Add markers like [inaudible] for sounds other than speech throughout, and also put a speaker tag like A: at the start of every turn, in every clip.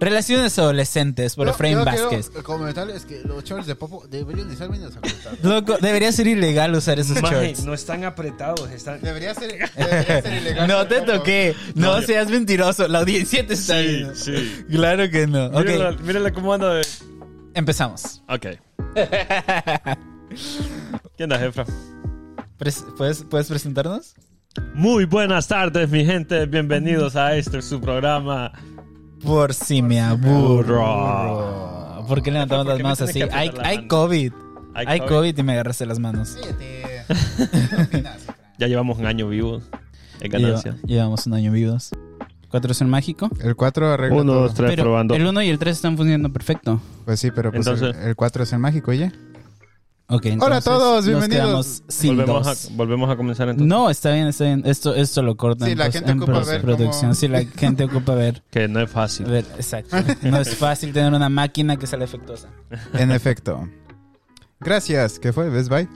A: Relaciones adolescentes por
B: Yo-
A: Efraín
B: yo
A: Vázquez.
B: Quiero comentarles que los shorts de Popo deberían de estar menos apretados.
A: Loco, debería ser ilegal usar esos
C: Maje,
A: shorts.
C: no están apretados, están...
B: Debería ser, debería ser ilegal.
A: No
B: ser
A: te
B: Popo.
A: toqué. No,
D: No, yo-
A: seas mentiroso. La audiencia te está
D: Sí,
A: viendo.
D: sí.
A: Claro que no. Ok,
D: Mírala, mírala cómo anda de...
A: empezamos.
D: Ok. [laughs] ¿Qué onda, Jefra?
A: Pres- ¿Puedes, ¿Puedes presentarnos?
D: Muy buenas tardes, mi gente. Bienvenidos a este su programa.
A: Por si me aburro. ¿Por qué levantamos
D: ¿Por
A: las
D: qué me
A: manos
D: tienes
A: así?
D: que apretar
A: Hay,
D: la
A: hay
D: mano?
A: COVID.
D: Hay
A: Hay
D: COVID.
A: COVID y me agarraste las manos.
E: [laughs]
B: Cállate. ¿Qué opinas, Efraín?
D: Ya llevamos un año vivos en
A: Lleva-
D: ganancia.
A: llevamos un año vivos.
E: Cuatro es el mágico.
B: El 4 arregla
D: Uno, dos,
B: todo.
D: tres,
E: Pero
D: probando.
E: el 1 y el 3 están funcionando perfecto.
B: Pues sí, pero pues
D: Entonces-
B: el 4 es el mágico, ¿y ya?
E: Ok,
B: Hola a
E: entonces
B: todos,
E: nos
B: bienvenidos.
E: quedamos sin
D: volvemos,
E: dos.
D: a, volvemos a comenzar entonces.
E: No, está bien, está bien. Esto, esto lo cortan
B: Sí, la
E: pues,
B: gente
E: en
B: ocupa
E: pros-
B: ver
E: producción.
B: cómo-
E: Sí, la gente ocupa ver.
D: Que no es fácil.
E: ver, Exacto. No es fácil tener una máquina que sale efectuosa.
B: En efecto. Gracias, que fue Best Buy,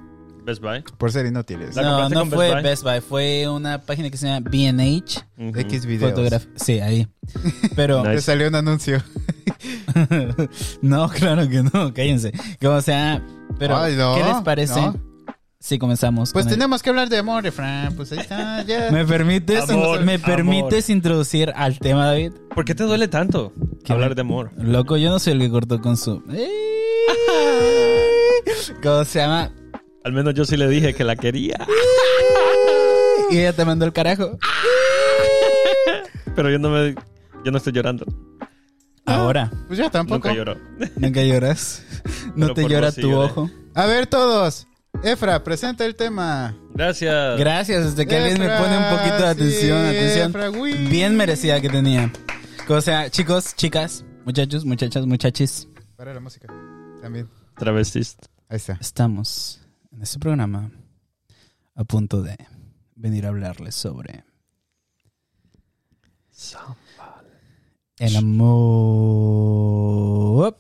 D: Best Buy.
B: por ser inútiles.
D: La
E: No,
D: compraste
E: no
D: con Best
E: fue
D: Buy.
E: Best Buy. Fue una página que se llama BH.
D: Ujú.
B: X videos.
E: Fotograf sí,
B: [laughs]
E: ahí. Pero
D: Nice.
B: Te salió un anuncio.
E: [laughs] no, claro que no, cállense. Como sea, pero
B: Ay, no,
E: ¿qué les parece
B: no.
E: si comenzamos?
B: Pues
E: con el-
B: tenemos que hablar de amor, Efraín. Pues ahí está, ya.
E: ¿Me permites,
D: Amor,
E: ¿me
D: amor.
E: permites introducir al tema, David?
D: ¿Por qué te duele tanto
E: Qué
D: hablar
E: bueno.
D: de amor?
E: Loco, yo no soy el que cortó con su. ¡Eh!
D: [laughs]
E: ¿Cómo se llama?
D: Al menos yo sí le dije que la quería.
E: Y ella te mandó el carajo.
D: Pero yo no me... Yo no estoy llorando. Ah.
E: Ahora,
B: Pues yo tampoco.
D: Nunca lloro. [laughs]
E: nunca lloras. No
D: Pero
E: te
D: por
E: llora
D: vos sí
E: tu
D: lloré.
E: ojo.
B: A ver todos. Efra, presenta el tema.
D: Gracias.
E: Gracias, desde que alguien me
B: Efra,
E: pone un poquito de atención.
B: sí,
E: atención
B: Efra, güey.
E: bien merecida que tenía. O sea, chicos, chicas, muchachos, muchachas, muchachis,
B: Para la música. También.
D: Travestis.
B: Ahí está.
E: estamos en este programa a punto de venir a hablarles sobre el amor.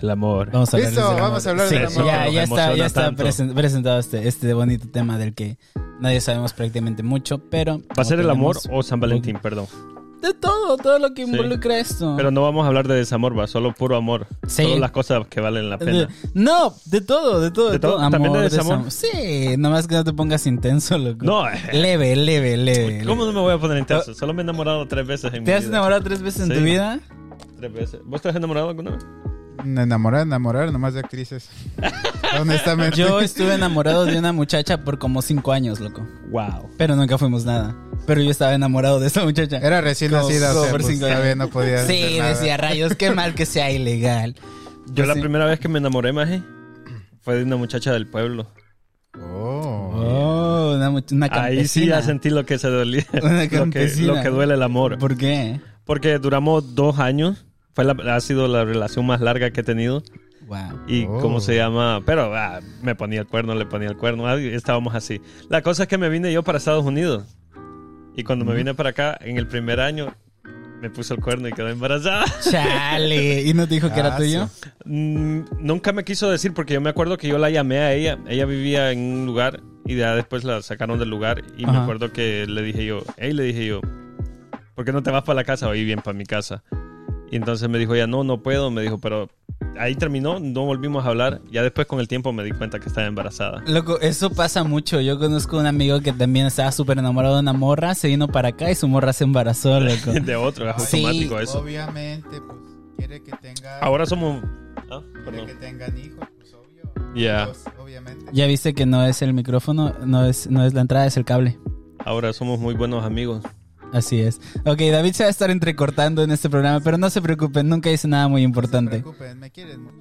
D: El amor.
E: Vamos a hablar
B: Listo,
E: del amor.
B: vamos a hablar
E: Sí,
B: del amor.
E: Ya,
D: Nos
E: ya está,
D: emociona
E: ya está
D: tanto.
E: presen- presentado este, este bonito tema del que nadie sabemos prácticamente mucho, pero...
D: ¿Va a ser el amor
E: tenemos
D: o San Valentín? Perdón.
E: De todo, todo lo que
D: Sí.
E: involucra esto.
D: Pero no vamos a hablar de desamor, va. Solo puro amor.
E: Sí. Eh,
D: Solo las cosas que valen la
E: De-
D: pena.
E: no, de todo, de todo,
D: ¿De
E: de todo.
D: todo? ¿También de desamor?
E: Sí, nomás que no te pongas intenso, loco.
D: No, eh.
E: Leve, leve, leve.
D: ¿Cómo no me voy a poner intenso? Solo me he enamorado tres veces en
E: eh, ¿Te
D: mi
E: has
D: vida.
E: enamorado tres veces
D: Sí.
E: en tu vida?
D: Tres veces. ¿Vos te has enamorado alguna vez?
B: Enamorar, enamorar, nomás
E: [laughs]
B: de actrices. Honestamente.
E: Yo estuve enamorado de una muchacha por como cinco años, loco.
D: Wow.
E: Pero nunca fuimos nada. Pero yo estaba enamorado de esa muchacha.
B: Era recién
E: Como-
B: nacida, o
E: como
B: sea,
E: por
B: pues,
E: cinco años.
B: todavía no podía
E: Sí,
B: hacer nada.
E: decía rayos, qué mal que sea ilegal.
D: Yo la
E: Sí.
D: primera vez que me enamoré, Maje, fue de una muchacha del pueblo.
B: Oh.
E: Oh, una, much- una
D: Ahí sí
E: campesina.
D: ya sentí lo que se dolía.
E: [laughs] Una
D: lo, que,
E: campesina.
D: lo que duele el amor.
E: ¿Por qué?
D: Porque duramos dos años. Fue la- ha sido la relación más larga que he tenido.
E: Wow.
D: Y
B: Oh.
D: cómo se llama. Pero ah, me ponía el cuerno, le ponía el cuerno. ah, y Estábamos así. La cosa es que me vine yo para Estados Unidos. Y cuando me vine para acá, en el primer año, me puso el cuerno y quedé embarazada.
E: Chale. ¿Y no te dijo que
B: Ah,
E: era tuyo?
D: Mm, Nunca me quiso decir porque yo me acuerdo que yo la llamé a ella. Ella vivía en un lugar y ya después la sacaron del lugar. Y me
E: Ajá.
D: acuerdo que le dije yo, hey, le dije yo, ¿por qué no te vas para la casa? Oí bien para mi casa. Y entonces me dijo ella, no, no puedo. Me dijo, pero ahí terminó, no volvimos a hablar. Ya después con el tiempo me di cuenta que estaba embarazada. [laughs]
E: Loco, eso pasa mucho. Yo conozco un amigo que también estaba súper enamorado de una morra, se vino para acá y su morra se embarazó, loco.
D: De otro, es
E: Sí,
D: automático eso.
B: Obviamente, pues quiere que tenga
D: Ahora somos... ah,
B: quiere
D: perdón.
B: que tengan hijos, pues obvio.
D: Ya.
B: Pues, obviamente.
E: Ya viste que no es el micrófono, no es, no es la entrada, es el cable.
D: Ahora somos muy buenos
E: [laughs]
D: amigos.
E: Así es. Ok, David se va a estar entrecortando en este programa, pero no se preocupen, nunca dice nada muy
B: No
E: [laughs]
B: se
E: importante.
B: preocupen, me quieren mucho.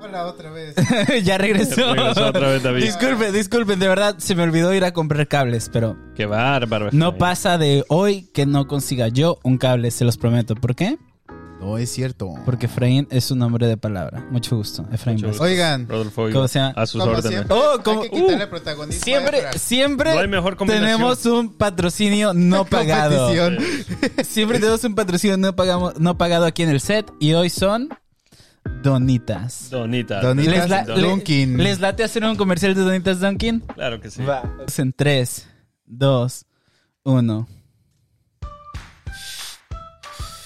B: Hola
E: [laughs]
B: otra vez.
E: ya regresó.
D: [laughs] Regresó otra vez David.
E: Disculpen, disculpen, de verdad se me olvidó ir a comprar cables, pero
D: Qué bárbaro.
E: no
D: Efraín.
E: pasa de hoy que no consiga yo un cable, se los prometo. ¿Por qué?
B: No es cierto.
E: Porque Efraín es un hombre de palabra. Mucho gusto, Efraín.
D: Mucho
E: Vázquez.
B: Oigan,
D: Rodolfo,
E: ¿Cómo se llama?
D: a sus
B: como
D: órdenes.
B: siempre,
E: Oh,
B: hay
E: como-
B: que quitarle
E: uh,
B: protagonismo a
E: Siempre,
B: Efra.
E: siempre
D: No hay mejor combinación.
E: tenemos un patrocinio no pagado.
B: Competición.
E: [laughs]
D: Eh,
E: Siempre tenemos un patrocinio no, pagamos, no pagado aquí en el set. Y hoy son donitas.
D: Donita.
B: Donita.
E: Les, la-
D: Donitas
B: Dunkin'.
E: les late hacer un comercial de donitas Dunkin?
D: Claro que sí.
E: Vamos En 3, 2, 1.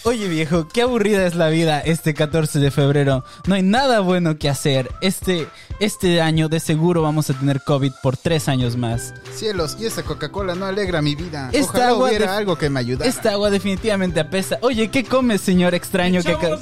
E: Oye viejo, qué aburrida es la vida este 14 de febrero. No hay nada bueno que hacer. Este, este año de seguro vamos a tener COVID por tres años más.
B: Cielos, y esa Coca-Cola no alegra mi vida.
E: Esta
B: Ojalá
E: agua
B: hubiera
E: de-
B: algo que me ayudara.
E: Esta agua definitivamente apesta. Oye, ¿qué comes, señor extraño? que ca-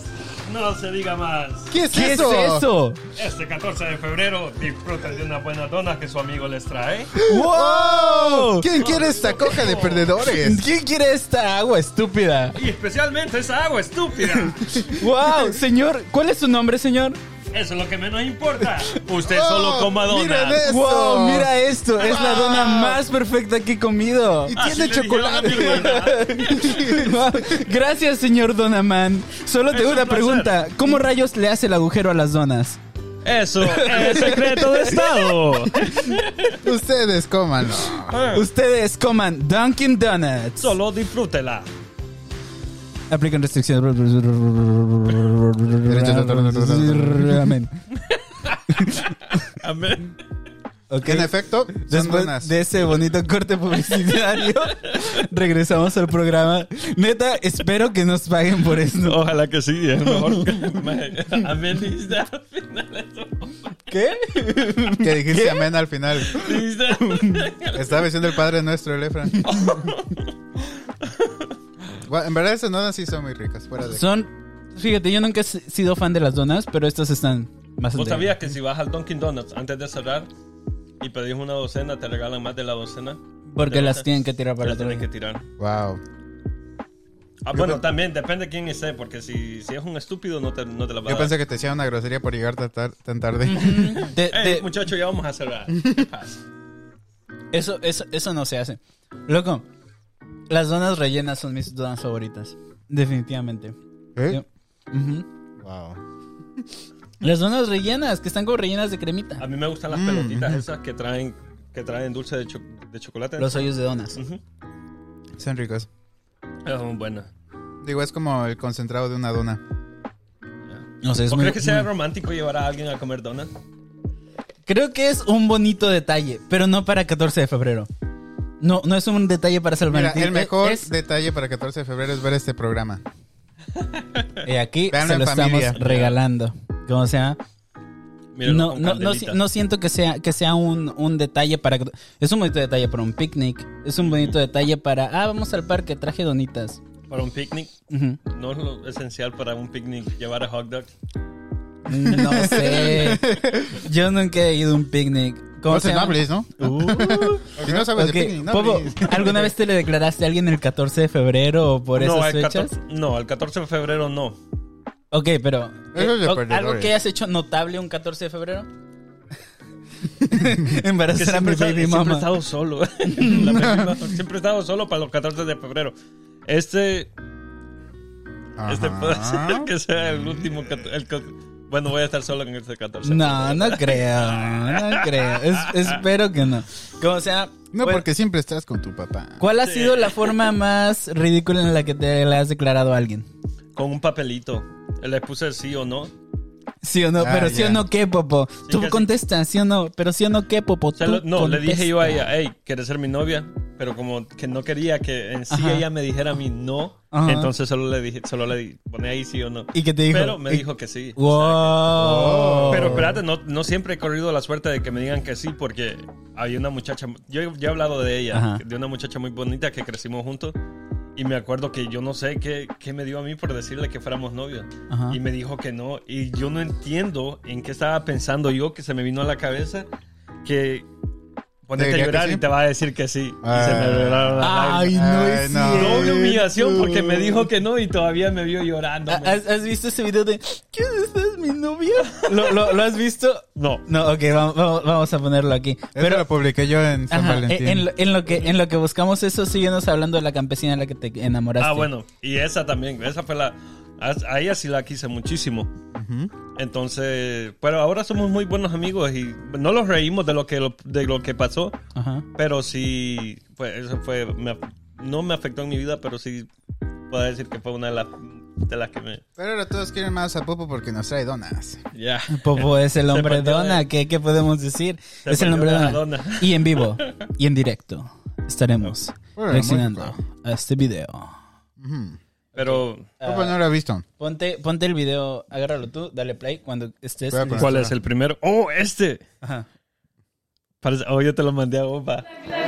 D: No se diga más.
B: ¿Qué es
E: ¿Qué
B: eso?
E: es eso?
D: Este 14 de febrero disfruten de una buena dona que su amigo les trae.
E: ¡Wow!
B: ¿Quién quiere esta coja de perdedores?
E: [laughs] ¿Quién quiere esta agua estúpida?
D: Y especialmente esa agua estúpida.
E: [laughs] ¡Wow! Señor, ¿cuál es su nombre, señor?
D: Eso es lo que menos importa. Usted
B: Oh,
D: solo coma
B: miren
D: donas.
B: eso.
E: ¡Wow! Mira esto, es la dona
B: Wow.
E: más perfecta que he comido.
B: Y
D: Así
B: tiene
D: le dijeron a mi
B: chocolate.
D: hermana.
E: [laughs] Wow. Gracias, señor Donaman. Solo
D: Es
E: tengo
D: un
E: una
D: placer.
E: pregunta. ¿Cómo rayos le hace el agujero a las donas?
D: Eso es secreto de [laughs] Estado.
B: Ustedes
E: [laughs]
B: cómanlo.
E: Ustedes coman Dunkin' Donuts.
D: Ah, Solo disfrútela.
E: Aplican restricciones. Amén.
D: Amén.
E: Ok.
B: En efecto, son
E: Después
B: donas.
E: de ese bonito corte
D: [laughs]
E: publicitario, regresamos al programa. Neta, espero que nos paguen por esto.
D: Ojalá que sí, es mejor. [laughs] Amén, dijiste al [laughs] final.
E: ¿Qué?
B: Que dijiste amén al final.
E: [laughs]
D: Dijiste-
B: Estaba diciendo el Padre Nuestro, el Efra. Bueno, en verdad esas donas sí son muy ricas. Fuera de...
E: Son. Fíjate, yo nunca he sido fan de las donas, pero estas están más
D: ¿Vos sabías que si vas al Dunkin' Donuts antes de cerrar y pedís una docena, te regalan más de la docena?
E: Porque las tienen que tirar para
D: Las
E: atrás. [laughs]
D: tenés que tirar.
B: Wow.
D: Ah, bueno, también depende de quién esté, porque si, si es un estúpido no te, no te la va a
B: Yo
D: dar.
B: pensé que te hacía una grosería por llegar tan tar- tan tarde.
E: Mm, De-
D: Ey,
E: de-
D: muchacho, ya vamos
E: [laughs]
D: a cerrar. ¿Qué pasa?
E: eso, eso, eso no se hace. Loco, las donas rellenas son mis donas favoritas. Definitivamente.
B: [laughs] ¿Eh?
E: Ujú.
B: Wow.
E: Las donas rellenas, que están como rellenas de cremita.
D: A mí me gustan las
E: Mm.
D: pelotitas esas que traen, que traen dulce de, cho- de chocolate.
E: Los hoyos de donas.
D: Ujú.
B: Son ricas.
D: Esas son buenas.
B: Digo, es como el concentrado de una dona.
E: No sé, es
D: ¿O
E: muy-
D: crees que sea
E: muy-
D: romántico llevar a alguien a comer donas?
E: Creo que es un bonito detalle, pero no para 14 de febrero. No, no es un detalle para San
B: Mira,
E: Valentín.
B: el mejor
E: Es-
B: detalle para 14 de febrero es ver este programa.
E: eh, aquí
B: Veanlo
E: se lo
B: en familia.
E: estamos regalando. Como sea,
D: Míralo
E: no,
D: con
E: no, no, si-
D: candelitas.
E: no siento que sea, que sea un, un detalle para... Es un bonito detalle para un picnic. Es un bonito detalle para... Ah, vamos al parque, traje donitas.
D: Para un picnic,
E: Ujú.
D: no es lo esencial para un picnic llevar a hot dog.
E: No
B: [laughs]
E: sé. Yo nunca he ido a un picnic. ¿Cómo
B: No
E: se
B: no
E: llama? Uh.
B: hables, ¿no? [laughs] Si no sabes
E: Ok,
B: de picnic, no
E: Popo,
B: hables.
E: ¿alguna vez te le declaraste a alguien el 14 de febrero o por
D: no,
E: esas
D: el
E: fechas?
D: 14, no, el 14 de febrero no.
E: Ok, pero.
B: Eso es de
E: eh, o- ¿Algo
B: perdedores.
E: que hayas hecho notable un 14 de
D: [laughs]
E: febrero?
D: Que
E: Embarazar a mi
D: siempre, he
E: baby
D: estado- siempre he
E: mama. [laughs]
D: estado solo. [laughs] La misma- siempre he estado solo para los 14 de febrero. Este, este
B: Ajá.
D: puede ser que sea el último. cat- el cat- bueno, voy a estar solo en este 14.
E: No, no creo. No creo.
D: [laughs]
E: Es- espero que no. Como sea.
B: No,
E: pues,
B: porque siempre estás con tu papá.
E: ¿Cuál ha sido la forma más ridícula en la que te le has declarado a alguien?
D: Con un papelito. Les puse sí o no.
E: Sí o no,
B: Ah,
E: pero sí
B: ya.
E: o no qué, Popo. Tú
D: que sí.
E: contestas, sí o no, pero sí o no qué, Popo.
D: O sea,
E: Tú
D: lo- no, le dije yo a
E: contesta.
D: ella, hey, ¿quieres ser mi novia? Pero como que no quería que en sí
E: Ajá.
D: ella me dijera a mí no,
E: Ajá.
D: entonces solo le dije, solo le di- ponía ahí sí o no.
E: ¿Y qué te dijo?
D: Pero me
E: Y-
D: dijo que sí.
E: [laughs] Wow.
D: Pero espérate, no, no siempre he corrido la suerte de que me digan que sí, porque había una muchacha, yo, yo he hablado de ella,
E: Ajá.
D: de una muchacha muy bonita que crecimos juntos, y me acuerdo que yo no sé qué, qué me dio a mí por decirle que fuéramos novios,
E: Ajá.
D: y me dijo que no, y yo no entiendo en qué estaba pensando yo, que se me vino a la cabeza que ponerte a
B: diría que
D: llorar
B: sí?
D: y te va a decir que sí, y se
B: Ah.
D: me volaron las lágrimas.
E: Ay, no
B: Ay,
E: es
B: no.
E: cierto.
D: Doble humillación porque me dijo que no y todavía me vio llorando.
E: Ah, ¿Has, has visto ese video de ¿Quién esta es mi novia? ¿Lo, lo, lo has visto?
D: No,
E: No, ok, vamos, vamos, vamos a ponerlo aquí.
B: Pero
E: Pero
B: lo publiqué yo en San
E: ajá,
B: Valentín.
E: en, en lo, en lo que, en lo que buscamos eso, síguenos hablando de la campesina en la que te enamoraste.
D: Ah, bueno, y esa también, esa fue la... A, a ella sí la quise muchísimo. Entonces, pero ahora somos muy buenos amigos y no los reímos de lo que, de lo que pasó,
E: Ajá.
D: pero sí, pues eso fue, me af- no me afectó en mi vida, pero sí puedo decir que fue una de las, de las que me...
B: Pero ahora todos quieren más a Popo porque nos trae donas.
D: Ya.
E: Popo es el
D: Se
E: hombre
D: partió de-
E: dona, ¿qué, qué podemos decir?
D: Se
E: Es el hombre
D: partió de
E: dona.
D: la dona.
E: Y en vivo, y en directo, estaremos
B: Bueno,
E: reaccionando
B: muy
E: a este video.
B: Ujú.
D: Pero,
B: Yo, pues, no lo he visto.
E: Ponte, ponte el video, agárralo tú, dale play cuando estés.
B: Voy a
E: listo.
B: poner.
D: ¿cuál es el primero? ¡Oh, este!
E: Ajá.
D: Parece- oh, yo te lo mandé a Opa.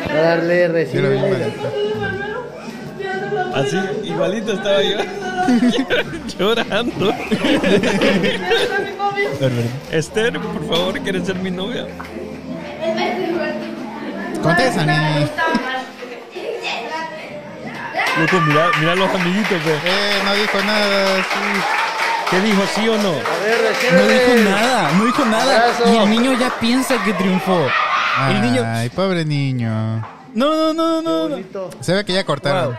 C: darle
B: Yo lo vi
C: recibe.
B: mal.
D: Así, igualito estaba yo. [laughs] Llorando. Esther, por favor, ¿quieres ser mi novia?
B: Contesta, nene.
D: Loco, mira, mira los amiguitos, ve.
B: Eh, no dijo nada. sí.
D: ¿Qué dijo, sí o no?
C: recibe.
E: No dijo nada, no dijo nada.
C: Abrazo.
E: Y el niño ya piensa que triunfó. El niño.
B: Ay, pobre niño.
E: No, no, no, no, no.
B: Se ve que ya cortaron.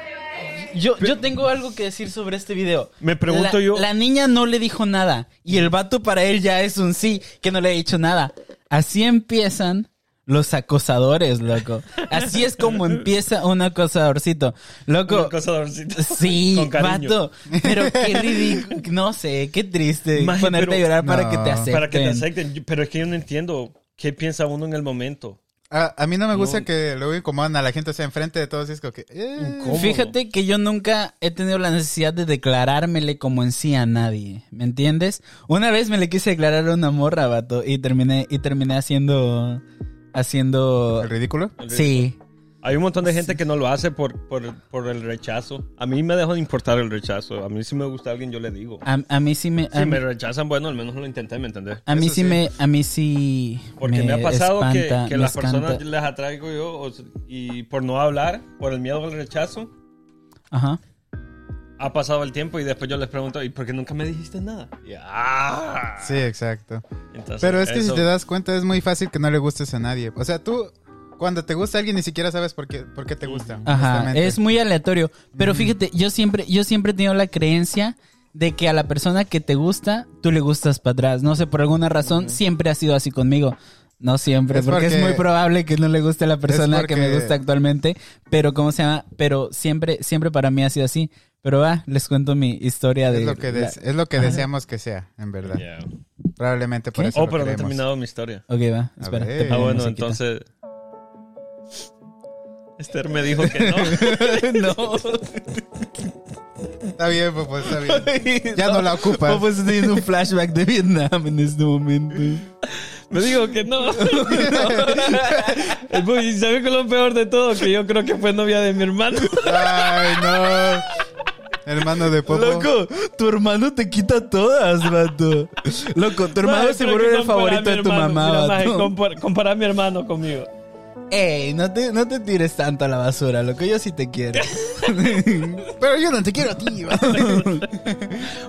E: Yo, yo tengo algo que decir sobre este video.
D: Me pregunto
E: La-
D: yo-
E: La niña no le dijo nada. Y el vato para él ya es un sí, que no le ha dicho nada. Así empiezan los acosadores, loco. Así es como empieza un acosadorcito. Loco.
D: Una cosa dulcita.
E: Sí,
D: [laughs] Con cariño.
E: vato. Pero qué ridículo. No sé, qué triste
D: Maje,
E: ponerte a
D: pero-
E: llorar para
B: No.
E: que te acepten.
D: Para que te acepten. Yo- Pero es que yo no entiendo qué piensa uno en el momento.
B: A, a mí no me gusta
D: No.
B: que luego incomodan a la gente, o sea, enfrente de todos. y Es como que. eh,
D: ¿Cómo?
E: Fíjate que yo nunca he tenido la necesidad de declarármele como en sí a nadie, ¿me entiendes? Una vez me le quise declarar a una morra, vato, y terminé, y terminé haciendo, haciendo,
B: ¿El ridículo?
E: sí,
D: Hay un montón de gente que no lo hace por, por, por el rechazo. A mí me dejó de importar el rechazo. A mí si me gusta alguien, yo le digo.
E: a, a mí sí me, a,
D: Si
E: mí-
D: me rechazan, bueno, al menos lo intenté, ¿me entendés?
E: a mí
B: eso
E: sí
B: sí.
E: me, a mí sí
D: Porque me, ha pasado que-
E: espanta,
D: que,
E: me
D: las
E: espanta.
D: personas les atraigo yo o s- y por no hablar, por el miedo al rechazo,
E: Ajá.
D: ha pasado el tiempo y después yo les pregunto, ¿y por qué nunca me dijiste nada? Y, ¡ah!
B: Sí, exacto.
D: Entonces,
B: Pero es que
D: eso-
B: si te das cuenta, es muy fácil que no le gustes a nadie. O sea, tú, cuando te gusta alguien, ni siquiera sabes por qué, por qué te gusta.
E: Ajá,
B: honestamente.
E: es muy aleatorio. Pero fíjate, yo siempre, yo siempre he tenido la creencia de que a la persona que te gusta, tú le gustas para atrás. No sé, por alguna razón, siempre ha sido así conmigo. No siempre,
B: Es
E: porque, es
B: porque-
E: muy probable que no le guste a la persona
B: porque-
E: que me gusta actualmente. Pero, ¿cómo se llama? Pero siempre, siempre para mí ha sido así. Pero va, les cuento mi historia de.
B: Es lo que,
E: la-
B: des- es lo que deseamos que sea, en verdad.
D: Yeah.
B: Probablemente por
E: ¿Qué?
B: eso.
D: Oh,
B: lo
D: pero no he
B: creemos.
D: terminado mi historia.
E: Ok, va, espera.
B: ver.
E: te pongo
D: Ah,
B: Eh,
D: bueno,
E: musiquita.
D: entonces... Esther me dijo que no.
E: [laughs]
B: Está bien, Popo, está
D: [laughs]
B: bien. Ya no la ocupas.
E: [laughs]
D: Oh,
E: Pues estoy en un flashback de Vietnam en este momento.
D: [laughs] Me dijo
E: [laughs]
D: que no. [laughs] No. Y sabes que lo peor de todo, que yo creo que fue novia de mi hermano.
B: Ay, no. Hermano de Popo.
E: Loco, tu hermano te quita todas, vato. Loco, tu hermano
D: Maje,
E: seguro
D: creo que
E: era el favorito
D: compara a mi
E: de tu
D: hermano.
E: mamá,
D: Mira, maje,
E: vato.
D: compar- compara a mi hermano conmigo.
E: Ey, no te, no te tires tanto a la basura, loco. Yo sí te [laughs] quiero.
B: Pero yo no te quiero a ti. va.
E: [laughs]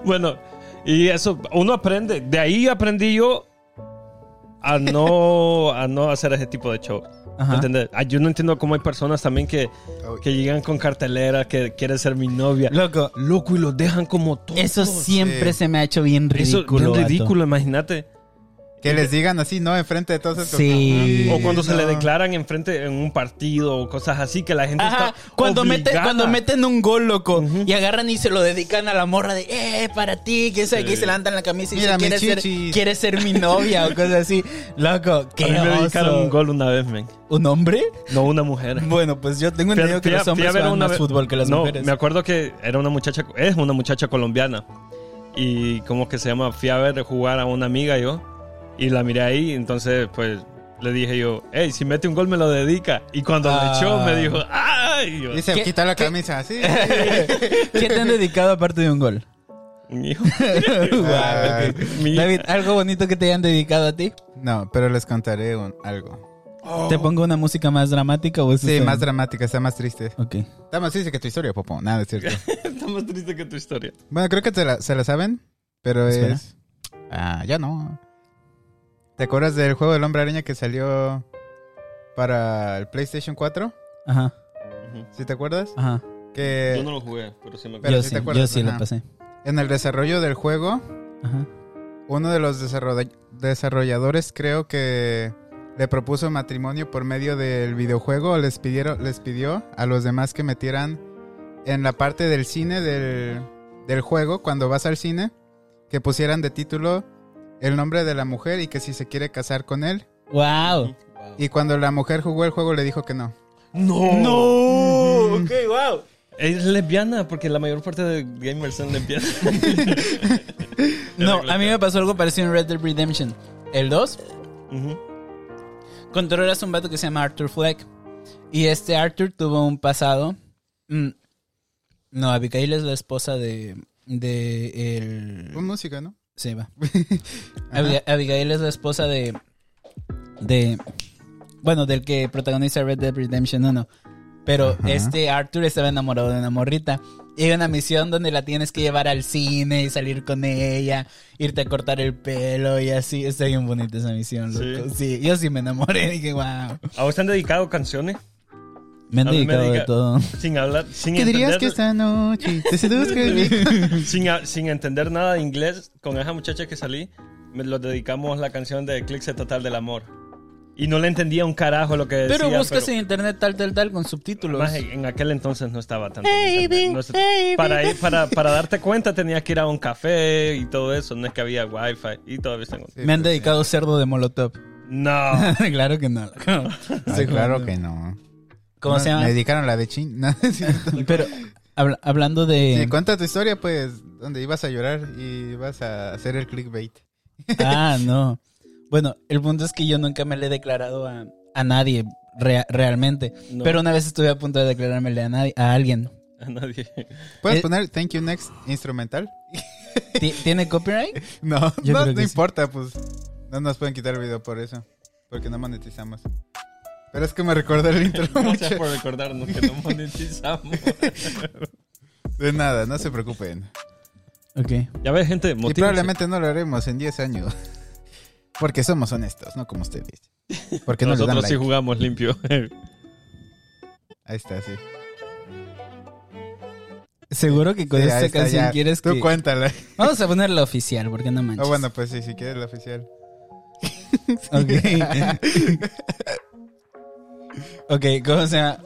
D: Bueno, y eso, uno aprende. De ahí aprendí yo a no, a no hacer ese tipo de show.
E: Ajá.
D: ¿Entendés? Ah, Yo no entiendo cómo hay personas también que, que llegan con cartelera, que quieren ser mi novia.
E: Loco,
D: Loco, y los dejan como todos.
E: eso siempre
B: sí.
E: se me ha hecho bien ridículo.
D: es
E: vato.
D: ridículo, imagínate.
B: Que les digan así, ¿no? Enfrente de todos estos.
E: Sí.
D: O cuando se le
B: no.
D: declaran enfrente en un partido o cosas así que la gente
E: Ajá,
D: está
E: cuando, mete,
D: obligada.
E: cuando meten un gol, loco,
D: Ujú.
E: y agarran y se lo dedican a la morra de, eh, para ti, que es aquí, se levantan la camisa y
B: Mira
E: dicen,
B: mis
E: quieres ser,
B: chichis".
E: quieres ser mi [laughs] novia o cosas así. Loco,
D: A
E: qué
D: mí me dedicaron
E: oso.
D: un gol una vez, men.
E: ¿Un hombre?
D: No una mujer.
E: Bueno, pues yo tengo entendido que los
D: fui
E: hombres
D: ver
E: juegan
D: una
E: más
D: vez-
E: fútbol que las
D: no,
E: mujeres.
D: Me acuerdo que era una muchacha, es una muchacha colombiana. Y como que se llama, fui a ver jugar a una amiga yo. Y la miré ahí, entonces pues le dije yo, hey, si mete un gol me lo dedica. Y cuando
E: Ah.
D: lo echó me dijo, ay, Y yo,
B: Y se
E: ¿Qué-
B: quita la
E: qué- [laughs]
B: camisa así.
E: ¿Qué te han dedicado aparte de un
D: [laughs]
E: gol?
D: mi hijo.
B: Ay,
D: Mi-
E: David, algo bonito que te hayan dedicado a ti.
B: no, pero les contaré un- algo.
E: ¿Te pongo una música más dramática o es
B: Oh.
E: este
B: Sí, más dramática, está más triste.
E: Ok.
B: Está más triste que tu historia, Popo. Nada, es cierto.
D: Está más triste que tu historia.
B: Bueno, creo que te la- se la saben, pero
E: Espera.
B: es... Ah, ya no. ¿Te acuerdas del juego del hombre araña que salió para el PlayStation 4?
E: Ajá,
B: ¿Sí te acuerdas?
E: ajá. Eh.
B: Que
D: Yo no lo jugué, pero sí me acuerdo.
B: Pero
E: yo
B: sí
E: sí,
B: te acuerdas,
E: yo sí la
B: ajá.
E: pasé.
B: en el desarrollo del juego,
E: Ajá.
B: uno de los desarrolla- desarrolladores creo que le propuso matrimonio por medio del videojuego. Les, pidieron, les pidió a los demás que metieran en la parte del cine del, del juego, cuando vas al cine, que pusieran de título el nombre de la mujer y que si se quiere casar con él.
E: ¡Wow!
B: Y cuando la mujer jugó el juego le dijo que no.
D: No.
E: ¡No! Ok, wow.
D: Es lesbiana, porque la mayor parte de gamers son lesbianas.
E: [laughs] No, a mí me pasó algo parecido en Red Dead Redemption. El 2,
D: Ujú.
E: controlas un vato que se llama Arthur Fleck. Y este Arthur tuvo un pasado. mm, No, Abigail es la esposa de. de el.
B: Con música, ¿no?
E: Sí,
D: [laughs]
E: va. Abi- Abigail es la esposa de. de. Bueno, del que protagoniza Red Dead Redemption 1. Pero
B: Ajá.
E: este Arthur estaba enamorado de una morrita. Y hay una misión donde la tienes que llevar al cine y salir con ella, irte a cortar el pelo y así. Está bien bonita esa misión,
D: Sí.
E: loco. Sí, yo sí me enamoré. [laughs] Dije, wow.
D: ¿A vos te han dedicado canciones?
E: Me han
D: A mí me
E: dedicado de
D: dedica-
E: todo.
D: Sin hablar, sin
B: ¿Qué dirías
D: entender-
B: que esta noche te seduzco
D: [laughs]
B: en mí?
D: sin, a- sin entender nada de inglés, con esa muchacha que salí, me lo dedicamos la canción de Eclipse Total del Amor. Y no le entendía un carajo lo que decía.
E: Pero buscas
D: pero-
E: en internet tal, tal, tal con subtítulos.
D: Más en aquel entonces no estaba tanto. en internet, no se- para, ir- para, para darte cuenta tenías que ir a un café y todo eso. No es que había wifi y todavía tengo.
B: Sí,
E: Me han
B: pues,
E: dedicado cerdo de Molotov.
B: [laughs]
D: No.
E: [laughs] claro que no. loco.
B: sí. Ay, claro que no.
E: ¿Cómo se llama?
B: Me dedicaron la de chin. [laughs] No, es cierto.
E: Pero habla- hablando
B: Sí,
E: de.
B: cuenta tu historia, pues, donde ibas a llorar y ibas a hacer el clickbait.
E: Ah, no. Bueno, el punto es que yo nunca me le he declarado a, a nadie rea- realmente.
D: No.
E: Pero una vez estuve a punto de declarármele a, nadie, a alguien.
B: [laughs]
D: A nadie.
B: ¿Puedes
E: Eh,
B: poner Thank You Next instrumental? [laughs]
E: Ti- ¿Tiene copyright?
B: No,
E: Yo
B: no,
E: creo
B: no
E: que sí.
B: importa, pues. No nos pueden quitar el video por eso. Porque no monetizamos. Pero es que me recordó el
D: [laughs]
B: intro
D: Gracias
B: mucho.
D: por recordarnos que no
B: [laughs]
D: monetizamos.
B: De nada, no se preocupen.
E: Ok.
D: ya ves, gente,
B: Y
D: motívense.
B: probablemente no lo haremos en 10 años. [laughs] Porque somos honestos, no como ustedes. Porque no le dan
D: Nosotros sí
B: like.
D: jugamos limpio.
B: Ahí está, sí.
E: Seguro que con
B: Sí, ahí
E: esta
B: está,
E: canción
B: ya.
E: quieres
B: Tú
E: que.
B: cuéntala.
E: Vamos a ponerla oficial, porque no [laughs]
B: Ah,
E: manches.
B: bueno, pues sí, si quieres la oficial.
E: Ok. [laughs] ok, ¿cómo se
B: [laughs]
E: llama?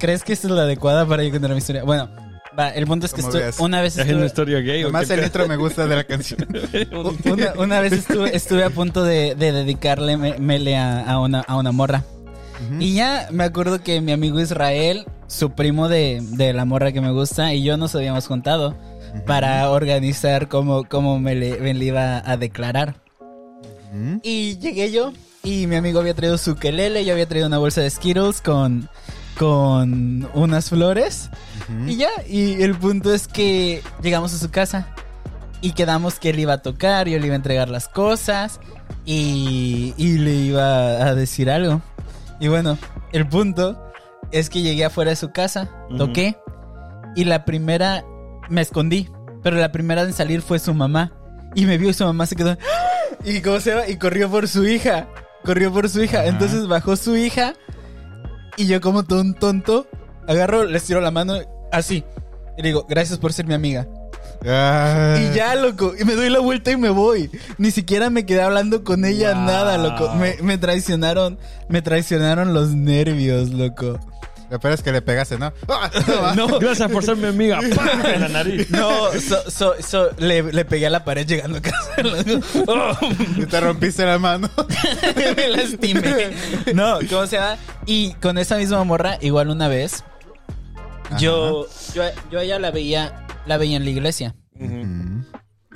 E: ¿Crees que esta es la adecuada para yo contar mi historia? Bueno, va, el punto es que
B: Como
E: estoy-
B: veas.
E: una vez
D: es una
E: estuve,
D: historia gay. ¿o
B: Además,
D: qué
B: el intro me gusta
D: [laughs]
B: de la canción.
D: pedo?
E: este- Oh, una, una vez estuve, estuve a punto de, de dedicarle me- mele a, a una, a una morra. Y ya me acuerdo que mi amigo Israel, su primo de, de la morra que me gusta, y yo nos habíamos juntado para organizar cómo, cómo me, le, me le iba a declarar.
B: Mm.
E: Y llegué yo y mi amigo había traído su quelele, yo había traído una bolsa de Skittles con, con unas flores. Y ya, y el punto es que llegamos a su casa y quedamos que él iba a tocar, yo le iba a entregar las cosas y, y le iba a decir algo. Y bueno, el punto es que llegué afuera de su casa,
D: Ujú.
E: toqué y la primera me escondí, pero la primera en salir fue su mamá y me vio y su mamá se quedó ¡Ah! y cómo se va y corrió por su hija, corrió por su hija,
B: Ajá.
E: entonces bajó su hija y yo como todo un tonto agarro, le tiro la mano así y le digo gracias por ser mi amiga.
B: Ah.
E: Y ya, loco, y me doy la vuelta y me voy. Ni siquiera me quedé hablando con ella
D: Wow.
E: nada, loco. Me, me traicionaron, me traicionaron los nervios, loco.
B: Lo peor es que le pegaste, ¿no? [laughs] ¡Ah! No,
E: [laughs]
B: va.
E: No,
D: Gracias por ser
E: [laughs]
D: mi amiga. ¡Pam! En la nariz.
E: no, so- so- so- le, le pegué a la pared llegando a casa. [laughs] loco. Oh,
B: Y te rompiste la mano.
E: me lastimé. No, ¿cómo se llama? Y con esa misma morra, igual una vez, yo, yo, yo a ella la veía, la veía en la iglesia.
D: Ujú.
B: Mm.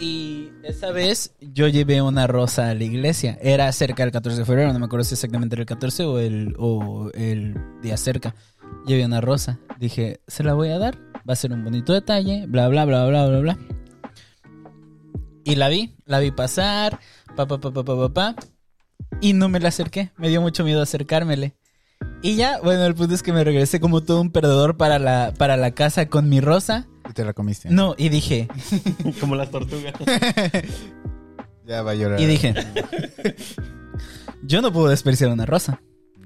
E: Y esa vez yo llevé una rosa a la iglesia. Era cerca del 14 de febrero, no me acuerdo si exactamente era el 14 o el, o el día cerca. Llevé una rosa. Dije, se la voy a dar, va a ser un bonito detalle, bla, bla, bla, bla, bla, bla. Y la vi, la vi pasar, pa, pa, pa, pa, pa, pa, pa. Y no me la acerqué, me dio mucho miedo acercármele. Y ya, bueno, el punto es que me regresé como todo un perdedor para la, para la casa con mi rosa.
B: Y te la comiste.
E: No, y dije,
D: Como las [laughs] tortugas.
B: Ya va a llorar.
E: Y dije, yo no puedo desperdiciar una rosa.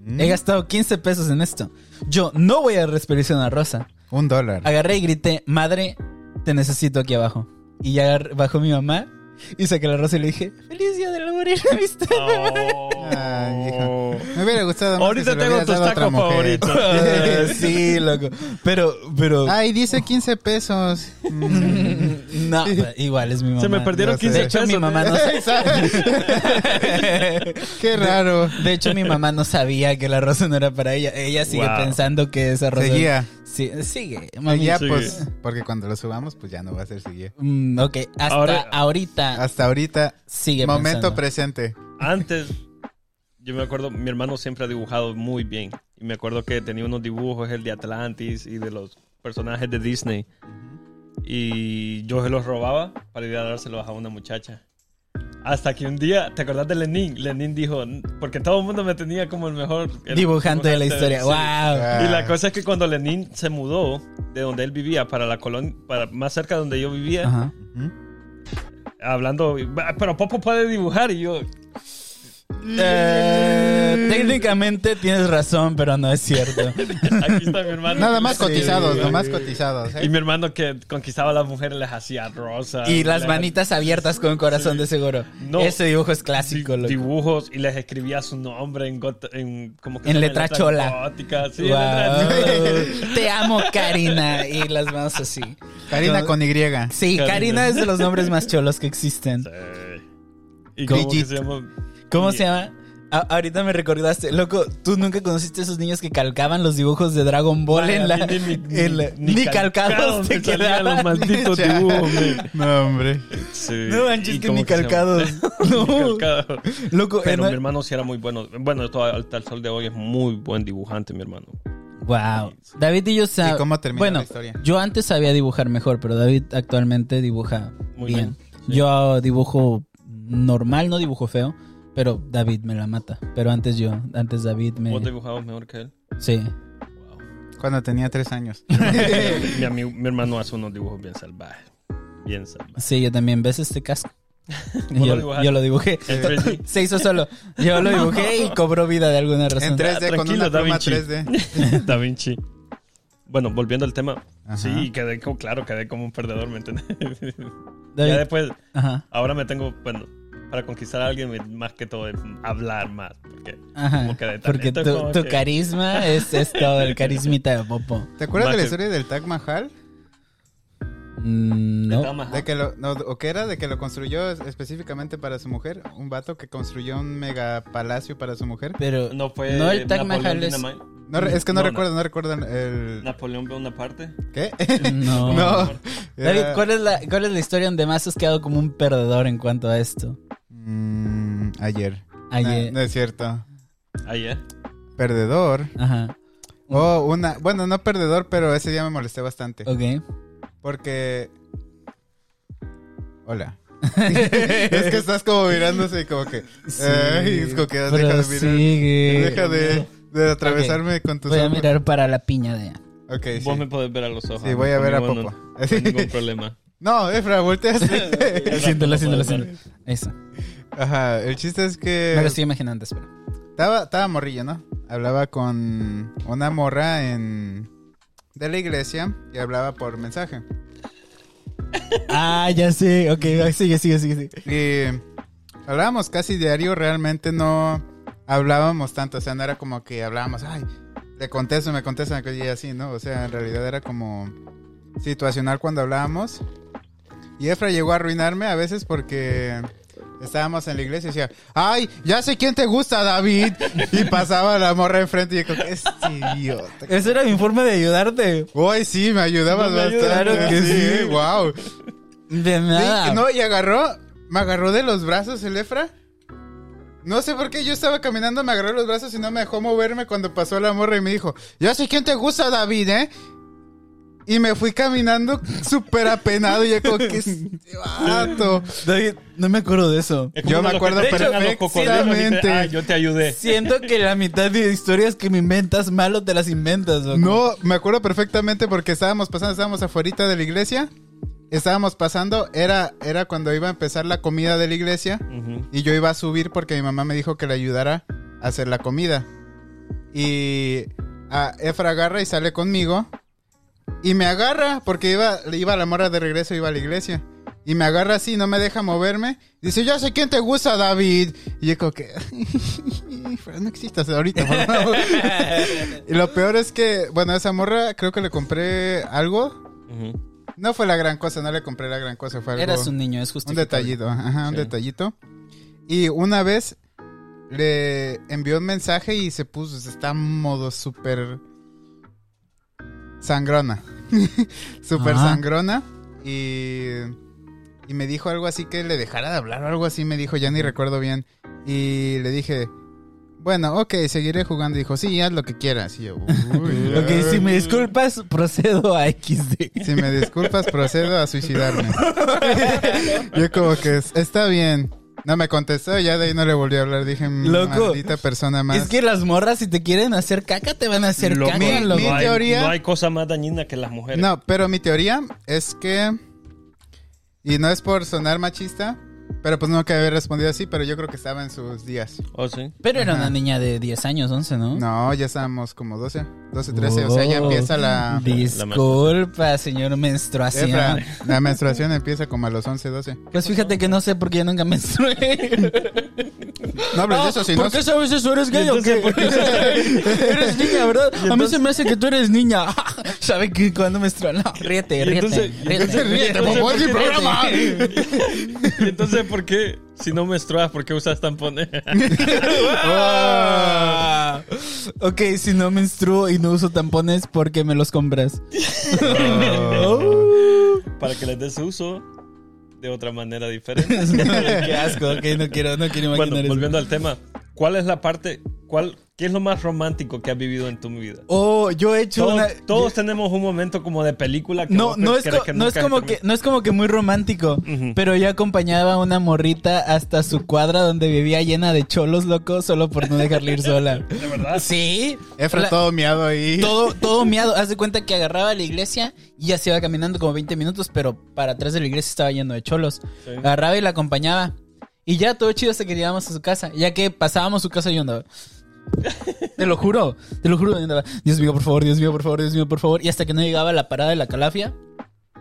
B: Mm.
E: He gastado 15 pesos en esto. Yo no voy a desperdiciar una rosa.
B: Un dólar.
E: Agarré y grité, madre, te necesito aquí abajo. Y ya agar- bajó mi mamá y saqué la rosa y le dije, feliz día de la amor y la amistad.
D: Oh.
B: Ay, hijo.
D: como...
B: Me hubiera gustado más
D: Ahorita
B: que se lo
D: tengo
B: hubieras
D: tus
B: dado a otra
D: tacos
B: mujer.
D: favoritos.
E: Ah, [laughs] sí, loco. Pero, pero.
B: Ay, dice 15 pesos. Mm.
E: No, pero igual es mi mamá.
D: Se me perdieron
B: no sé.
D: 15
E: De hecho,
D: pesos.
E: mi mamá no sabe. [laughs]
B: Qué raro.
E: De hecho, mi mamá no sabía que la rosa no era para ella. Ella sigue
D: Wow.
E: pensando que esa rosa.
B: Seguía.
E: Sí, eh, sigue. mami.
B: Seguía,
D: Sí.
B: pues, porque cuando lo subamos, pues ya no va a ser seguía.
E: Mm, ok, hasta
D: Ahora-
E: ahorita
B: Hasta ahorita,
E: sigue
B: momento
E: pensando.
B: presente.
D: Antes, yo me acuerdo, mi hermano siempre ha dibujado muy bien. Y me acuerdo que tenía unos dibujos, el de Atlantis y de los personajes de Disney. Y yo se los robaba para ir a dárselos a una muchacha. Hasta que un día, ¿te acordás de Lenin? Lenin dijo, porque todo el mundo me tenía como el mejor... el
E: Dibujante de la historia.
D: sí.
E: Wow.
B: Ah,
D: Y la cosa es que cuando Lenin se mudó de donde él vivía para la colonia, para más cerca de donde yo vivía,
E: Ajá.
D: hablando, "Ah, pero Popo puede dibujar y yo,
E: Eh, técnicamente tienes razón, pero no es
D: [laughs]
E: cierto.
D: aquí está mi hermano.
B: Nada más
D: Sí.
B: cotizados, nomás cotizados.
E: [laughs]
B: ¿eh?
D: Y mi hermano que conquistaba a las mujeres les hacía rosas.
E: Y las
D: les-
E: manitas abiertas con corazón de seguro.
D: Ah, No.
E: Ese dibujo es
D: sí,
E: clásico, loco.
D: dibujos y les escribía su nombre en, got- en como que
E: En
D: se llama,
E: letra chola.
D: gótica, sí, en
E: Wow.
D: letra chola.
E: [laughs] Te amo, Karina. Y las manos así.
B: Karina
E: No.
B: con Y.
E: Sí,
D: Karina.
E: Karina. es de los nombres más cholos que existen.
D: Sí. Y como que
B: Brigitte.
D: se llama
E: ¿Cómo
D: Sí.
E: se llama? A- ahorita me recordaste, loco, tú nunca conociste a esos niños que calcaban los dibujos de Dragon Ball
D: Ay, a
E: en la,
D: mí
E: [laughs]
D: ni- ni-
E: en la-
D: ni
E: ni, calcados
D: calcados
E: te
D: me salían los
E: quedaban. [laughs]
D: malditos
B: Ya.
D: dibujos, men.
B: No, hombre.
D: Sí.
E: No manches,
D: ¿Y
E: que
D: cómo
E: ni
D: se llama?
E: calcados. [laughs] No.
D: [laughs] Ni calcados.
E: Loco,
D: Pero
E: en-
D: mi hermano sí era muy bueno. Bueno, esto hasta el sol de hoy es muy buen dibujante, mi hermano.
E: Wow. David y yo
B: ¿Y
E: sabemos.
B: cómo termina
E: bueno,
B: la historia?
E: yo antes sabía dibujar mejor, pero David actualmente dibuja
D: Muy bien,
E: bien. Yo dibujo normal, no dibujo feo, pero David me la mata. Pero antes yo, antes David me.
D: Vos dibujabas mejor que él.
E: Sí.
D: Wow.
B: Cuando tenía tres años.
D: mi, ami- mi hermano hace unos dibujos bien salvajes. Bien salvajes.
E: Sí, yo también. ¿Ves este
D: [laughs]
E: casco?
D: lo
E: Yo,
D: dibujaste.
E: yo lo
D: [laughs]
E: dibujé.
D: En 3D.
E: [laughs] Se hizo solo. Yo lo dibujé y cobró vida de alguna
B: En
E: razón.
B: 3D, con
D: Tranquilo,
B: una
D: Da
B: pluma
D: Vinci.
B: 3D.
D: [laughs] Da Vinci. Bueno, volviendo al tema.
B: Ajá.
D: Sí, quedé como, claro, quedé como un perdedor, ¿me [laughs] entiendes? ya
E: David,
D: después,
E: ajá,
D: ahora me tengo, bueno, para conquistar a alguien, más que todo es hablar más. Porque
E: ajá.
D: como que de talento
E: Porque
D: es como
E: tu, tu
D: que-
E: carisma es, es todo, el carismita de Popo.
B: ¿Te acuerdas de
D: Mate.
B: la historia del Taj Mahal?
E: Mm,
D: de
E: No.
D: Taj Mahal.
B: De que lo, no, o que era de que lo construyó es- específicamente para su mujer. Un vato que construyó un mega palacio para su mujer.
E: Pero
D: No fue
E: No, el Taj
D: Napoleón
E: Mahal es-
D: Dynamite.
B: No,
E: Mm,
B: re- es que no,
D: No, no.
B: recuerdo, no, recuerdo el...
D: Napoleón ve una parte.
B: ¿Qué?
E: [laughs] no.
B: [laughs] no.
E: David,
B: Era-
E: ¿cuál es, la, ¿cuál es la historia donde más has quedado como un perdedor en cuanto a esto? Ah,
B: Mm, ayer. Ah,
E: Ayer.
B: No, no es cierto.
D: Ayer.
B: Perdedor.
E: Ajá.
B: Oh, una... Bueno, no perdedor, pero ese día me molesté bastante.
E: Mm. Ok.
B: Porque...
E: [laughs]
B: Hola. es que estás como mirándose y como que...
E: Sí,
B: ay, es como que deja de
E: pero
B: mirar.
E: sigue.
B: Deja de, de atravesarme con tus
E: Voy a
B: ojos.
E: mirar para la piña
B: [laughs]
E: de
B: Ok, sí.
D: Vos me podés ver a los ojos.
B: Sí, voy a ver a
D: Conmigo
B: Popo.
D: No, no hay [laughs] ningún problema.
B: No, Efra,
D: [laughs]
B: volteaste.
E: Siéntelo, siéntelo,
D: Popo,
E: siéntelo. Eso.
B: Ajá, el chiste es que...
E: Me lo estoy imaginando, espera.
B: Estaba, estaba morrillo, ¿no? Hablaba con una morra en... De la iglesia y hablaba por mensaje.
E: Ah, ya sé. Ok, sigue, sigue, sigue. sigue.
B: Y hablábamos casi diario, realmente no hablábamos tanto, o sea, no era como que hablábamos, ay, le contesto, me contesta, y así, ¿no? O sea, en realidad era como situacional cuando hablábamos. Y Efra llegó a arruinarme a veces porque estábamos en la iglesia y decía, ay, ya sé quién te gusta, David. Y pasaba la morra enfrente y yo, como que, este idiota.
E: Ese era mi forma de ayudarte.
B: Uy, sí, me ayudabas
E: No me
B: bastante.
E: ayudaron, que sí.
B: wow.
E: De nada.
B: Sí, no, y agarró, me agarró de los brazos el Efra. No sé por qué yo estaba caminando, me agarró de los brazos y no me dejó moverme cuando pasó la morra y me dijo, yo sé quién te gusta, David, ¿eh? Y me fui caminando súper apenado y yo como que este vato.
E: David, no me acuerdo de eso.
D: Es como
B: Yo me
D: uno de los que
B: acuerdo
D: te echan a los cocodrilos y te-
B: perfectamente.
D: Ah, yo te ayudé.
E: Siento que la mitad de historias que me inventas malo te las inventas. loco.
B: No, me acuerdo perfectamente porque estábamos pasando, estábamos afuera de la iglesia. Estábamos pasando, era, era cuando iba a empezar la comida de la iglesia.
D: Ujú.
B: Y yo iba a subir porque mi mamá me dijo que le ayudara a hacer la comida. Y a Efra agarra y sale conmigo. Y me agarra porque iba, iba a la morra de regreso, iba a la iglesia. Y me agarra así, no me deja moverme. Dice, yo sé quién te gusta, David. Y yo como que... Pero no existas ahorita, por favor. y lo peor es que, bueno, a esa morra creo que le compré algo.
D: Ujú.
B: No fue la gran cosa, no le compré la gran cosa. Fue algo...
E: Eras un niño, es
B: Un
E: justificable.
B: detallito, ajá, un
D: Sí.
B: detallito. Y una vez le envió un mensaje y se puso, se está en modo súper sangrona. [laughs] Súper
E: Ajá.
B: sangrona. Y, y me dijo algo así que le dejara de hablar o algo así, me dijo, ya ni recuerdo bien. Y le dije, bueno, ok, seguiré jugando. Dijo, sí, haz lo que quieras. Y yo, uy,
E: [laughs] Ok, si me disculpas, procedo a XD.
B: si me disculpas, procedo a suicidarme. [laughs] Yo como que es- está bien. No me contestó, ya de ahí no le volví a hablar. Dije, "Mm,
E: Loco.
B: maldita persona más.
E: Es que las morras, si te quieren hacer caca, te van a hacer
D: Loco,
E: caca,
B: mi-
E: loco.
B: mi-
D: no, hay,
B: teoría-
D: no hay cosa más dañina que las mujeres.
B: No, pero mi teoría es que... Y no es por sonar machista, pero pues no que haber respondido así, pero yo creo que estaba en sus días.
D: ¿O sí?
E: Pero era
B: Ajá.
E: una niña de 10 años, 11, ¿no?
B: No, ya estábamos como 12, 12, 13, o sea, ya
E: Wow.
B: empieza Ah, la...
E: Disculpa, señor menstruación.
B: Efra, la menstruación empieza como a los 11, 12.
E: Pues fíjate que no sé por qué yo nunca menstrué.
B: No hables de eso, si no...
E: sabes eso? ¿Eres
D: gay o Entonces, qué? ¿por
E: [laughs]
D: qué?
E: Eres niña, ¿verdad? A mí
D: entonces-
E: se me hace que tú eres niña. [laughs] ¿Sabes que cuando menstrué? No, [laughs]
D: Y
E: ríete, ríete.
D: entonces- y
E: ríete,
D: entonces
E: ríete,
D: ríete,
E: por favor,
D: entonces
E: sí, programa.
D: ¿Y [laughs] entonces por qué, si no menstruas, por qué usas tampones?
E: Ah. Ok, si no menstruo y no uso tampones, ¿por qué me los compras?
D: [laughs] Para que les des uso de otra manera [laughs] diferente.
E: [laughs] qué asco, ok, no quiero, no quiero imaginar
D: Bueno,
E: eso.
D: volviendo al tema, ¿cuál es la parte, cuál, qué es lo más romántico que has vivido en tu vida?
E: Oh, yo he hecho
D: Todos,
E: una...
D: todos tenemos un momento como de película que
E: No,
D: vos
E: no es,
D: crees
E: co-
D: que
E: no, es
D: nunca
E: como que,
D: termina.
E: no es como que muy romántico,
D: Ujú.
E: pero yo acompañaba a una morrita hasta su cuadra donde vivía llena de cholos, loco, solo por no dejarle ir sola. ¿De verdad? Sí.
B: Efra
E: La-
B: todo miado ahí. [laughs]
E: todo, todo miado. Haz de cuenta que agarraba la iglesia y ya se iba caminando como 20 minutos, pero para atrás de la iglesia estaba lleno de cholos.
D: Sí.
E: Agarraba y la acompañaba. Y ya todo chido hasta que llegábamos a su casa, ya que pasábamos su casa y yo andaba. Te lo juro, te lo juro. yo andaba, Dios mío, por favor, Dios mío, por favor, Dios mío, por favor. Y hasta que no llegaba a la parada de la calafia,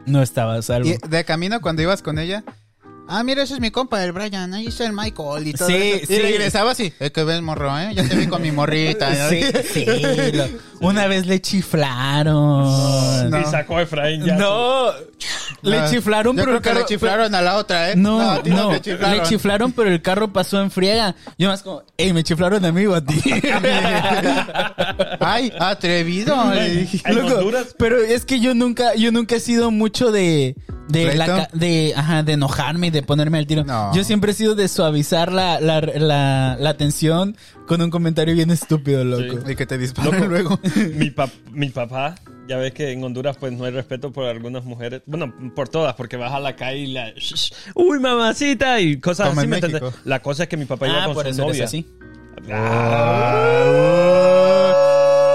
E: no estaba a salvo.
B: Y de camino cuando ibas con ella. Ah, mira, ese es mi compa, el Brian. Ahí está el Michael y todo.
E: Sí,
B: eso.
E: sí.
B: Y regresaba así. Es que ves, morro, ¿eh? Ya te vi con mi
E: [laughs]
B: morrita.
E: Sí,
B: [laughs]
E: sí, lo- una vez le chiflaron.
B: No.
D: Y sacó a Efraín ya.
E: No, le
B: Ah,
E: chiflaron,
B: Yo
E: pero
B: creo
E: el
B: que le
E: carro-
B: chiflaron a la otra, ¿eh?
E: No,
B: a
E: no,
B: ti no te
E: le, chiflaron. pero el carro pasó en friega. Yo más como, ey, me chiflaron a mí o a ti. [laughs]
B: Ay,
E: [laughs]
B: atrevido. le dije.
D: ¿En Honduras?
E: pero es que yo nunca, yo nunca he sido mucho de, de, la
B: ¿Pleito?
E: ca- de, ajá, de enojarme y de ponerme al tiro.
B: No.
E: Yo siempre he sido de suavizar la, la, la, la tensión con un comentario bien estúpido, loco.
B: Y que te disparan luego.
D: Mi, pap- mi papá, ya ves que en Honduras pues no hay respeto por algunas mujeres, bueno, por todas, porque vas a la calle y la... Uy, mamacita, y cosas
B: Como
D: así,
B: en
D: ¿me
B: México.
D: entiendes? La cosa es que mi papá iba
E: Ah,
D: con
E: por
D: su
E: eso eres
D: novia.
E: así.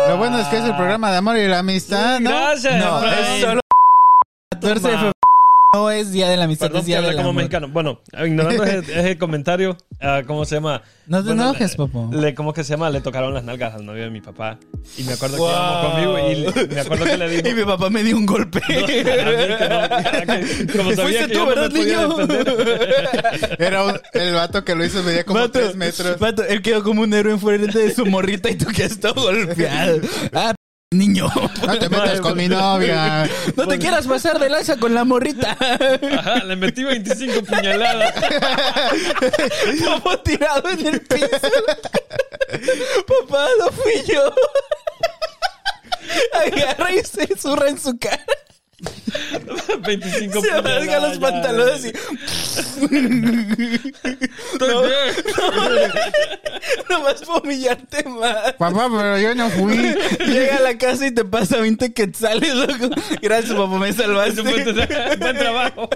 B: Lo bueno es que es el programa de amor y la amistad, ¿no?
D: Gracias,
E: Ah, No,
D: Efraín.
E: es solo 14 de febrero. No es día de la amistad,
D: Perdón
E: es
D: que
E: día
D: habla
E: de
D: como mexicano. Bueno, ignorando ese,
E: [laughs]
D: ese comentario, ah, ¿cómo se llama?
E: No te
D: Bueno,
E: enojes,
D: le-
E: papo.
D: Le, ¿Cómo que se llama? Le tocaron las nalgas al novio de mi papá. Y me acuerdo
E: Wow.
D: que íbamos conmigo y le- me
E: [laughs]
D: acuerdo que le dijo...
E: Y mi papá me dio un golpe.
D: como sabía
E: Fuiste
D: que
E: tú,
D: yo no me
E: ¿verdad,
D: podía
E: niño?
D: defender.
E: [laughs]
B: Era un- el vato que lo hizo, medía como
E: Vato,
B: tres metros.
E: vato, él quedó como un héroe enfrente de su morrita y tú que has todo [laughs] golpeado. Ah, p- niño.
B: No te metas con
E: [laughs]
B: mi novia.
E: No te quieras pasar de lanza con la [laughs] morrita.
D: Ajá, le metí 25 [laughs] puñaladas.
E: Papo tirado en el piso. [laughs] Papá, no fui [laughs] yo. Agarra y se zurra en su cara.
D: 25
E: Se
D: puñaladas.
E: rasga los
D: ya.
E: pantalones y
D: Estoy Pues [laughs] bien.
E: [laughs] nomás para humillarte más.
B: Papá, pero yo no
E: [laughs]
B: fui.
E: Llega a la casa y te pasa 20 quetzales, loco. Gracias, papá, me
D: Eso fue
E: salvaste.
D: tra- Buen trabajo.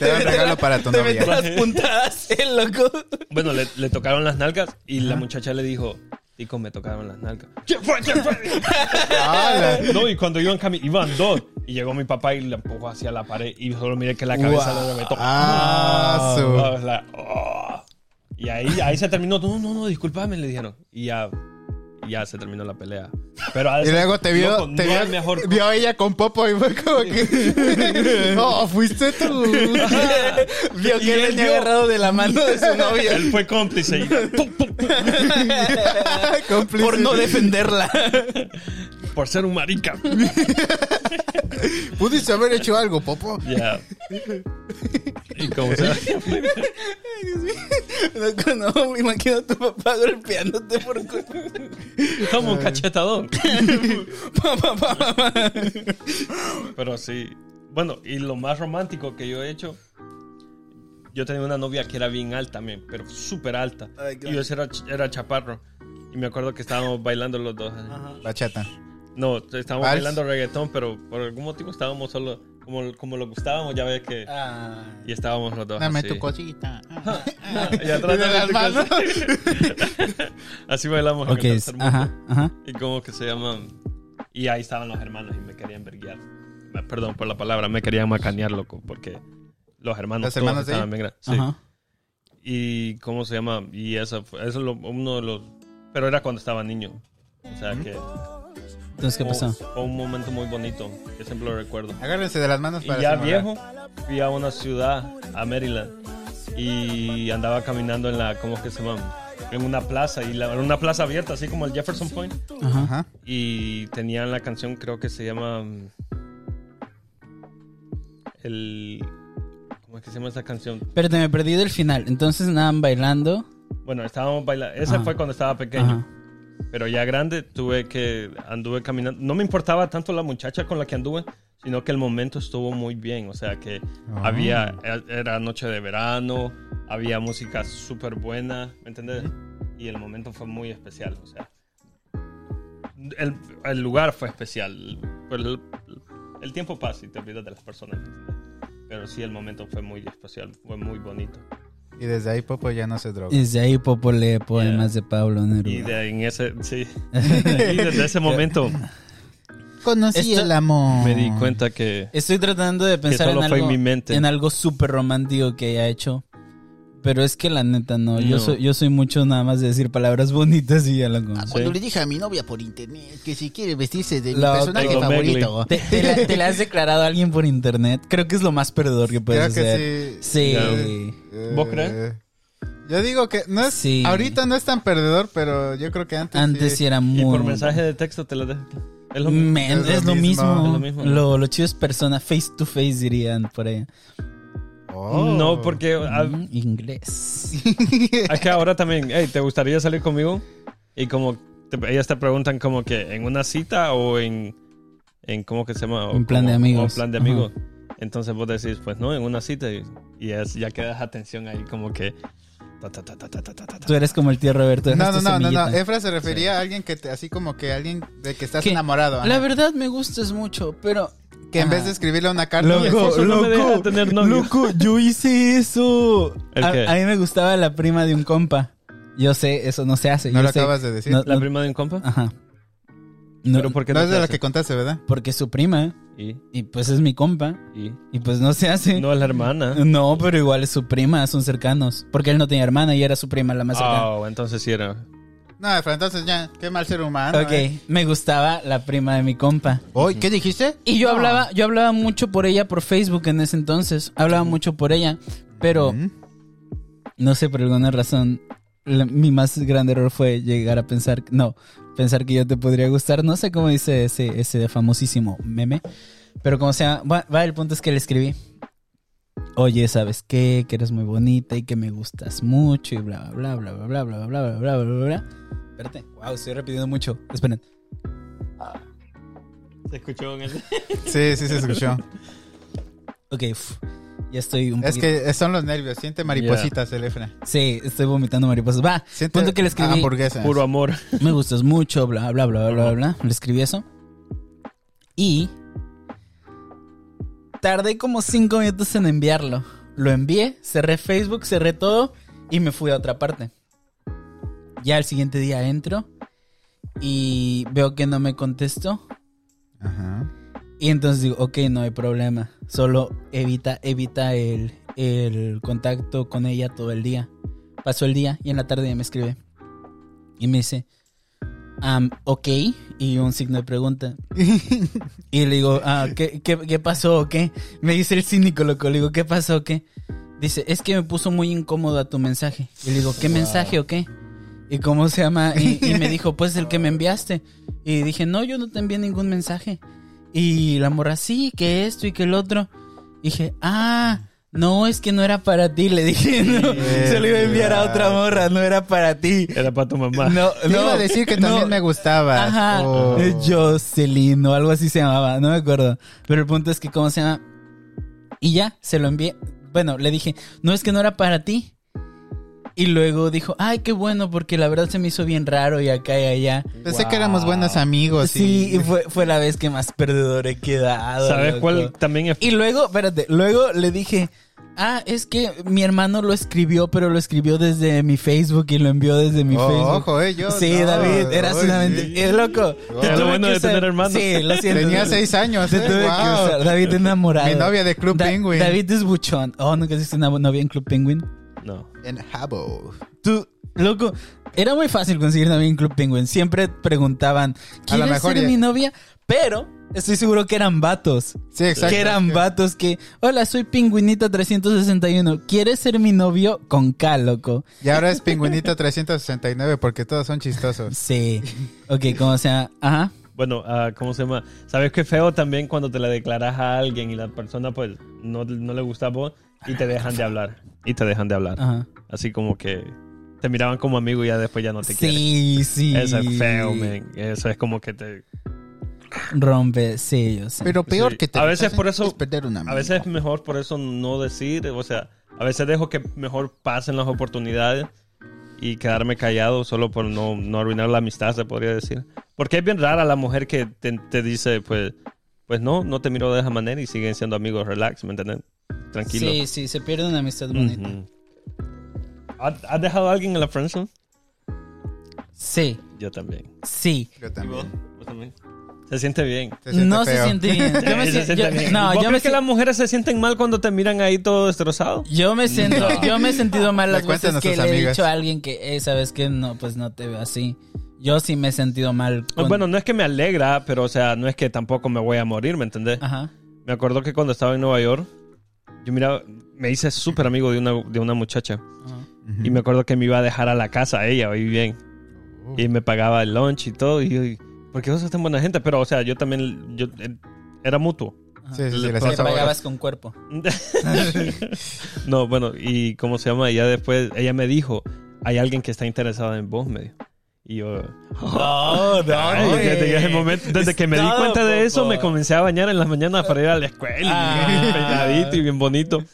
B: Te doy un regalo para tu
E: Te mete
B: novia.
E: las puntadas, eh, loco.
D: [laughs] Bueno, le, le tocaron las nalgas y la muchacha le dijo, Tico, me tocaron las nalgas. ¿Quién fue? ¿Quién fue?
B: Ala.
D: No, y cuando iban cami iban dos. Y llegó mi papá y le empujó hacia la pared y solo miré que la cabeza le reventó.
B: Ah, su.
D: Ah, la- oh. Y ahí, ahí se terminó. No, no, no, discúlpame, le dijeron. Y ya, y ya se terminó la pelea. Pero a
B: Y luego te vio,
D: Loco,
B: te
D: no
B: vio,
D: hay mejor
B: vio a ella con Popo y fue como
D: [laughs]
B: que. oh, fuiste tú.
E: Vio
A: Y
E: que
A: él
E: él le
A: vio-
E: había agarrado de la mano de su novio
D: Él fue [laughs] cómplice. y- ¡pum, pum!
B: Cómplice.
E: por no defenderla. [laughs]
D: por ser un marica.
B: Pudiste haber hecho algo,
D: [laughs]
B: Popo.
D: [laughs] Ya. Y como sea,
E: Loco, no, me imagino a tu papá golpeándote por culpa.
D: como un cachetadón.
E: Pa, pa, pa, pa.
D: Pero sí. Bueno, y lo más romántico que yo he hecho. Yo tenía una novia que era bien alta, men, pero súper alta.
E: Ay,
D: y yo era, ch- era chaparro. Y me acuerdo que estábamos bailando los dos. así.
B: Bachata.
D: No, estábamos
B: Vals.
D: bailando reggaetón, pero por algún motivo estábamos solo. Como, como lo gustábamos, ya ves que.
E: Ah.
D: Y estábamos los dos.
B: Dame
D: así.
B: tu cosita.
D: Ah, [laughs] y atrás
B: Y de
D: dame
B: las
D: tu
B: manos.
D: cosita. [laughs] así bailamos en
E: Ok,
D: el tercer mundo.
E: ajá, ajá.
D: Y como que se llaman. Y ahí estaban los hermanos y me querían verguiar. Me- Perdón por la palabra, me querían macanear, loco, porque los hermanos.
B: ¿Los
D: todos
B: hermanos de
D: estaban
B: ahí?
D: bien grandes. Sí.
E: Ajá.
D: Y cómo se llama. Y eso fue eso es lo- uno de los. Pero era cuando estaba niño. O sea que.
E: Entonces, ¿qué pasó?
D: Fue, fue un momento muy bonito, que siempre lo recuerdo.
B: Agárrense de las manos
D: Y
B: Ah, pues, para.
D: ya
B: simular.
D: viejo, fui a una ciudad, a Maryland, y andaba caminando en la, ¿cómo es que se llama? En una plaza, y la- era una plaza abierta, así como el Jefferson Point,
E: Ajá.
B: Ajá.
D: y tenían la canción, creo que se llama... mm, El... ¿Cómo es que se llama esa canción?
E: Pero te me perdí del final. Entonces andaban bailando.
D: Bueno, estábamos bailando, ese
E: Ajá.
D: fue cuando estaba pequeño.
E: Ajá.
D: Pero ya grande tuve que anduve caminando. No me importaba tanto la muchacha con la que anduve, sino que el momento estuvo muy bien. O sea que
E: Ah.
D: había e-, era noche de verano, había música súper buena, ¿me entiendes? Y el momento fue muy especial. O sea, el, el lugar fue especial. Pero el, el tiempo pasa y te olvidas de las personas. ¿me entiendes? Pero sí, el momento fue muy especial, fue muy bonito.
B: Y desde ahí Popo ya no se droga.
E: Y desde ahí Popo lee poemas de Pablo
D: Y
E: Neruda.
D: de, en ese,
E: [laughs]
D: sí. y desde ese momento
B: Conocí
E: Esto-
B: el amor.
D: me di cuenta que
E: Estoy tratando de pensar en
D: solo
E: algo,
D: fue en mi mente.
E: en algo súper romántico que haya hecho. Pero es que la neta no. Yo,
D: No.
E: soy, yo soy mucho nada más de decir palabras bonitas y ya lo
C: Ah, Cuando
D: Sí.
C: le dije a mi novia por internet que si quiere vestirse de mi
E: La
C: personaje
D: tengo
C: favorito.
E: ¿Te, te la, te la has declarado a alguien por internet? Creo que es lo más perdedor que
B: Creo
E: puedes hacer.
B: que sí.
E: Pues, Sí.
D: Ya. ¿Vos
B: Eh,
D: crees?
B: Yo digo que no es,
E: Sí.
B: ahorita no es tan perdedor, pero yo creo que antes.
E: Antes sí era muy...
D: Y por mensaje de texto te lo dejo. Es lo mismo.
E: Men, es, lo mismo. Lo, lo chido es persona, face to face dirían por ahí.
B: Oh.
D: No,
E: [laughs]
D: porque a-
E: Mm, inglés.
D: es que ahora también, hey, ¿te gustaría salir conmigo? Y como te- ellas te preguntan como que en una cita o en, en ¿cómo que se llama? O
E: En plan
D: como-
E: de amigos.
D: o plan de
E: Ajá.
D: amigos. Entonces vos decís, pues no, en una cita. Y, y es- ya quedas atención ahí como que... ta, ta, ta, ta, ta, ta, ta, ta.
E: Tú eres como el tío Roberto.
B: [laughs] No,
E: dejas
B: no,
E: tu
B: no, no, no.
E: semillita.
B: Efra se refería a alguien que te- así como que alguien de que estás
E: Que-
B: enamorado. ajá.
E: La verdad me gustas mucho, pero...
B: Que en
E: Ah.
B: vez de escribirle una carta,
E: Loco,
D: eso no me deja
E: loco,
D: tener novio.
E: loco, yo hice eso.
D: ¿El
E: a,
D: qué?
E: a mí me gustaba la prima de un compa. Yo sé, eso no se hace.
B: no
E: yo
B: lo
E: sé.
B: acabas de decir.
E: No,
D: ¿La
E: no-
D: prima de un compa?
E: Ajá. Ah, No,
D: ¿Pero por qué
B: no es
D: te
B: de la
D: hace?
B: que contaste, ¿verdad?
E: porque su prima,
D: Y,
E: y pues es mi compa,
D: y-
E: y pues no se hace. No,
D: No es la hermana.
E: pero igual es su prima, son cercanos. Porque él no tenía hermana y era su prima la más cercana.
D: Oh, entonces sí era...
B: No, Efra, entonces ya, qué mal ser
D: Ah.
B: humano.
E: ok,
B: ¿eh?
E: me gustaba la prima de mi compa.
C: Oy, ¿Qué dijiste?
E: Y yo hablaba, yo hablaba mucho por ella por Facebook en ese entonces. Hablaba mucho por ella. Pero,
B: Ujú.
E: no sé, por alguna razón, la- mi más grande error fue llegar a pensar, no, pensar que yo te podría gustar. No sé cómo dice ese, ese famosísimo meme. Pero como sea, va, va, el punto es que le escribí. Oye, ¿sabes qué? Que eres muy bonita y que me gustas mucho y bla, bla, bla, bla, bla, bla, bla, bla, bla, bla, bla, bla, bla. Espérate, wow, estoy repitiendo mucho. Esperen.
D: Se escuchó en el...
B: Sí, sí
E: [laughs]
B: se escuchó.
E: Ok, uf, ya estoy un
B: es
E: poquito-
B: que son los nervios. Siente maripositas el Efra.
E: Sí, estoy vomitando mariposas. Va,
B: Siente Ah,
E: punto que le escribí.
B: hamburguesas.
D: Puro amor. [laughs]
E: Me gustas mucho, bla, bla, bla, bla, bla, bla. Le escribí eso. Y tardé como cinco minutos en enviarlo. Lo envié, cerré Facebook, cerré todo y me fui a otra parte. Ya el siguiente día entro y veo que no me contestó.
B: Ajá.
E: Y entonces digo, ok, no hay problema. Solo evita, evita el, el contacto con ella todo el día. Pasó el día y en la tarde me escribe. Y me dice, am, ok, y un signo de pregunta. Y le digo, ah, ¿qué, qué, qué pasó o qué? Me dice el cínico, loco. Le digo, ¿qué pasó o qué? Dice, es que me puso muy incómoda tu mensaje. Y le digo, ¿qué mensaje o qué? ¿Y cómo se llama? Y, y me dijo, pues el que me enviaste. Y dije, no, yo no te envié ningún mensaje. Y la morra, sí, que esto y que el otro. dije, ah, no, es que no era para ti. Le dije, [laughs] no, se lo iba a enviar a otra morra, no era para ti.
D: Era para tu
B: [laughs]
D: mamá.
E: No,
B: Te
E: no,
B: iba a decir que
E: no.
B: también me gustaba.
E: Ajá, eh, Jocelyn o algo así se llamaba, no me acuerdo. Pero el punto es que, ¿cómo se llama? Y ya, se lo envié. Bueno, le dije, no es que no era para ti. Y luego dijo, ay, qué bueno, porque la verdad se me hizo bien raro y acá y allá.
B: Pensé que éramos buenos amigos.
E: Sí,
B: y-
E: y fue, fue la vez que más perdedor he quedado.
D: ¿Sabes
E: loco.
D: cuál también es?
E: Y luego, espérate, luego le dije, ah, es que mi hermano lo escribió, pero lo escribió desde mi Facebook y lo envió desde mi
B: Oh,
E: Facebook.
B: ojo, eh, yo.
E: Sí,
B: no,
E: David, era
B: uy,
E: solamente.
B: sí.
E: Es loco.
B: Wow.
E: Te
D: Era lo
E: tuve
D: bueno
E: que
D: de
E: usar-
D: tener hermanos.
E: Sí, lo siento.
B: Tenía
E: David.
B: seis años.
E: Te
B: eh,
E: tuve
B: guau.
E: que usar.
B: [laughs]
E: David enamorado.
B: Mi novia de Club Penguin.
E: David es buchón. Oh, nunca hiciste una novia en Club Penguin.
D: No.
B: En Habbo.
E: Tú, loco, era muy fácil conseguir novia en Club Penguin. Siempre preguntaban,
B: A lo
E: ¿quieres
B: mejor
E: ser
B: ya-
E: mi novia? Pero estoy seguro que eran vatos.
B: Sí, exacto.
E: Que eran vatos que, hola, soy Pingüinita 361. ¿Quieres ser mi novio? Con K, loco.
B: Y ahora es Pingüinita 369 porque todos son chistosos.
E: Sí. Ok, ¿cómo se llama? Ajá.
D: Bueno, ah, ¿cómo se llama? ¿Sabes qué feo también cuando te la declaras a alguien y la persona pues no, no le gusta a vos y te dejan de hablar? Y te dejan de hablar.
E: Ajá.
D: Así como que te miraban como amigo y ya después ya no te quieren.
E: Sí, sí.
D: Eso es feo, man. Eso es como que te...
E: Rompe sellos.
B: Pero peor
D: Sí.
B: que te
D: A veces
B: rechacen
D: por eso-
B: es perder un amigo.
D: A veces es mejor por eso no decir, o sea, a veces dejo que mejor pasen las oportunidades y quedarme callado solo por no, no arruinar la amistad, se podría decir. Porque es bien rara la mujer que te, te dice, pues, pues no, no te miro de esa manera y siguen siendo amigos, relax, ¿me entiendes? Tranquilo.
E: Sí, sí, se pierde una amistad bonita.
D: Ujú. ¿Has has dejado a alguien en la friendzone?
E: Sí,
D: Yo también.
E: sí.
B: Yo también.
D: ¿Vos también? Se siente bien.
B: Se siente
E: no se
B: feo.
E: siente
D: [laughs]
E: bien. Yo me
D: Sí, se
E: sien-
D: siente
E: yo-
D: bien.
E: no,
D: ¿Vos
E: yo me,
D: crees que
E: sien-
D: las mujeres se sienten mal cuando te miran ahí todo destrozado?
E: yo me siento,
D: No.
E: yo me he sentido mal
B: Le
E: las
B: cuentan
E: veces
B: a
E: que
B: sus
E: le he
B: amigas.
E: dicho a alguien que, eh, sabes que no, pues no te veo así. Yo sí me he sentido mal. con-
D: Ah, Bueno, no es que me alegra, pero o sea, no es que tampoco me voy a morir, ¿me entendés?
E: ajá.
D: Me acuerdo que cuando estaba en Nueva York, yo miraba, me hice súper amigo de una, de una muchacha. Y me acuerdo que me iba a dejar a la casa ella, hoy bien. Y me pagaba el lunch y todo. Y yo, y, ¿por qué vos sos tan buena gente? Pero, o sea, yo también, yo, eh, era mutuo.
B: Sí, sí, sí,
D: Le
B: les
E: Te
B: hace ahora.
E: pagabas con cuerpo.
D: no, bueno, y ¿cómo se llama? Ella después, ella me dijo, hay alguien que está interesada en vos, me dijo. Y yo...
E: No, no.
D: Ay, desde, ese momento- desde que me di
E: Stop,
D: cuenta de eso,
E: papá.
D: me comencé a bañar en las mañanas para ir a la escuela. y bien
E: Ah.
D: peinadito y bien bonito.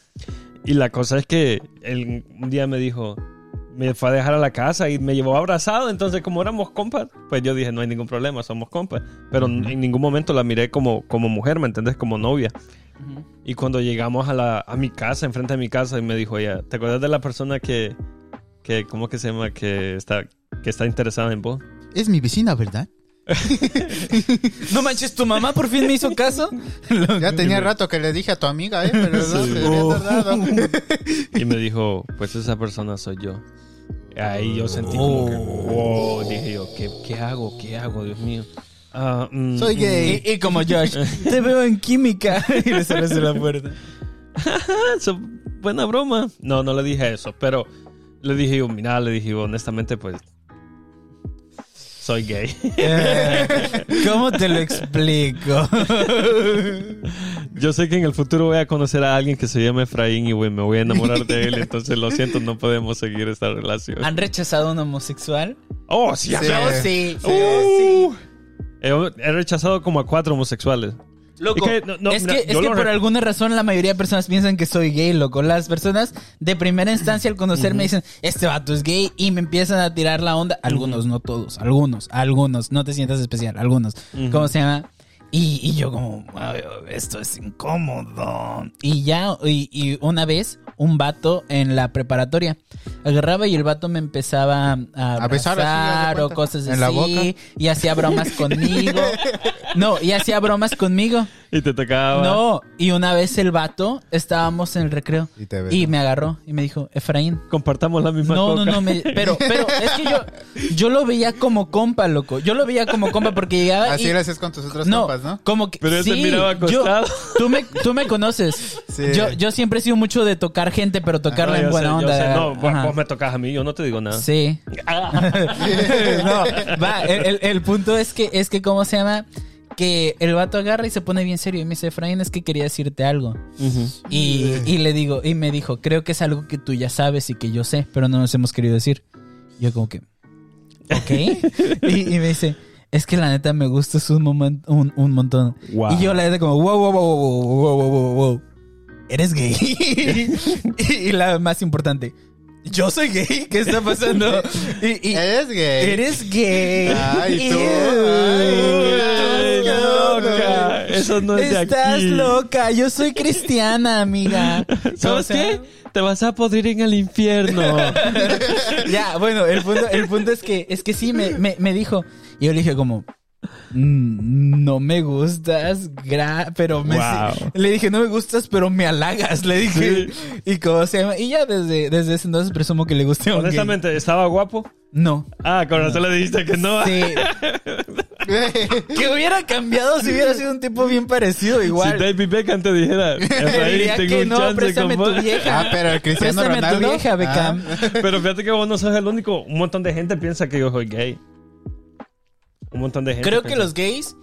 D: Y la cosa es que él un día me dijo, me fue a dejar a la casa y me llevó abrazado. Entonces, como éramos compas, pues yo dije, no hay ningún problema, somos compas. Pero en ningún momento la miré como, como mujer, ¿me entendés? Como novia. Y cuando llegamos a, la, a mi casa, enfrente de mi casa, y me dijo, ella, ¿te acuerdas de la persona que, que ¿cómo que se llama? Que está, que está interesada en vos.
B: Es mi
E: [laughs]
B: vecina, ¿verdad?
E: No manches, tu mamá por fin me hizo caso.
B: Ya tenía rato que le dije a
E: [laughs]
B: tu amiga, ¿eh? Pero no,
D: Sí.
B: se había
E: Oh.
B: tardado.
D: Y me dijo, pues esa persona soy yo. Ahí yo sentí como
B: Oh.
D: que, wow, dije yo, ¿qué, qué hago? ¿Qué hago, Dios mío? Ah, mm,
B: Soy gay.
E: Y, y como Josh, te veo en química. [laughs] Y le cerras la puerta.
D: ah, so- buena broma. No, no le dije eso, pero le dije yo, mira, le dije yo, honestamente, pues, soy gay. [laughs]
E: Eh, ¿Cómo te lo explico?
D: Yo sé que en el futuro voy a conocer a alguien que se llama Efraín y güey, me voy a enamorar de él, entonces lo siento, no podemos seguir esta relación.
E: ¿Han rechazado a un homosexual?
D: Oh, sí,
B: Sí.
E: Yo sí.
D: Uh, He, he rechazado como a cuatro homosexuales.
E: Loco,
D: Es que, no, no,
E: es
D: mira,
E: que, es
D: yo
E: que
D: lo
E: por
D: re-
E: alguna razón la mayoría de personas piensan que soy gay, loco. Las personas de primera instancia al conocerme dicen, este vato es gay y me empiezan a tirar la onda. Algunos, no todos, algunos, algunos. No te sientas especial, algunos. ¿Cómo se llama? Y, y yo como, "Ay, esto es incómodo. Y ya, y, y una vez, un vato en la preparatoria agarraba y el vato me empezaba a,
B: besar así, haz de
E: abrazar o
B: cuenta.
E: cosas así.
B: En la boca.
D: [laughs]
E: Y hacía bromas conmigo. No, y hacía bromas conmigo.
D: Y te tocaba.
E: No, y una vez el vato, estábamos en el recreo.
B: Y te besó.
E: Y me agarró y me dijo, Efraín.
D: Compartamos la misma
E: No,
D: coca.
E: no, no, me-
D: [laughs]
E: pero, pero es que yo, yo lo veía como compa, loco. Yo lo veía como compa porque llegaba.
B: Así
E: y-
B: lo haces con tus otros
E: no,
B: compas, ¿no?
E: Como que,
D: Pero él te
E: sí,
D: miraba
E: yo-
D: acostado.
E: tú, me, tú me conoces.
B: Sí.
E: Yo, yo siempre he sido mucho de tocar gente, pero tocarla
D: No, yo
E: en buena
D: sé, yo
E: onda.
D: sé.
E: de-
D: No, vos,
E: ajá.
D: vos me tocas a mí, yo no te digo nada.
E: Sí. [laughs] no, va, el, el- el punto es que, es que, ¿cómo se llama? Que el vato agarra y se pone bien serio y me dice, Efraín, es que quería decirte algo.
D: Ujú.
E: Y, y le digo, y me dijo, creo que es algo que tú ya sabes y que yo sé, pero no nos hemos querido decir. Yo como que,
D: [laughs]
E: ok. y, y me dice, es que la neta me gustas un, momen- un, un montón.
D: Wow.
E: Y yo la neta como, wow, wow, wow, wow, wow, wow, wow, wow. Eres gay. [laughs] y, y la más importante, yo soy gay. ¿Qué está pasando? Y, y-
B: Eres gay.
E: eres gay.
B: Eh, Ay, tú.
E: Ew. Estás loca.
B: Ay,
D: loca. Eso no es de
E: Estás
D: aquí.
E: loca, yo soy cristiana, amiga.
D: ¿Sabes
E: O sea,
D: qué? Te vas a podrir en el infierno.
E: [laughs] Ya, bueno, el punto, el punto es que es que sí me, me, me dijo. Y yo le dije como "Mm, no me gustas, gra- pero me
D: Wow.
E: le dije no me gustas, pero me halagas, le dije. Y cómo se llama? Y ya desde, desde ese entonces presumo que le guste a un gay.
D: Honestamente, ¿estaba guapo?
E: No.
D: Ah, con razón le dijiste que no.
E: Sí. que hubiera cambiado si hubiera sido un tipo bien parecido
D: Si
E: igual.
D: David Beckham
E: [laughs]
D: te dijera,
E: Le [laughs]
D: Efraín,
E: diría
D: tengo
E: que
D: un
E: no,
D: chance
E: préstame
D: con
E: tu
D: vos.
E: vieja.
B: [laughs] Ah, pero el Cristiano
E: Préstame
B: Ronaldo.
E: tu vieja, Beckham.
B: Ah.
D: [laughs] Pero fíjate que vos no sos el único. Un montón de gente piensa que yo soy gay. Un montón de gente.
E: Creo que
D: piensa-
E: los gays,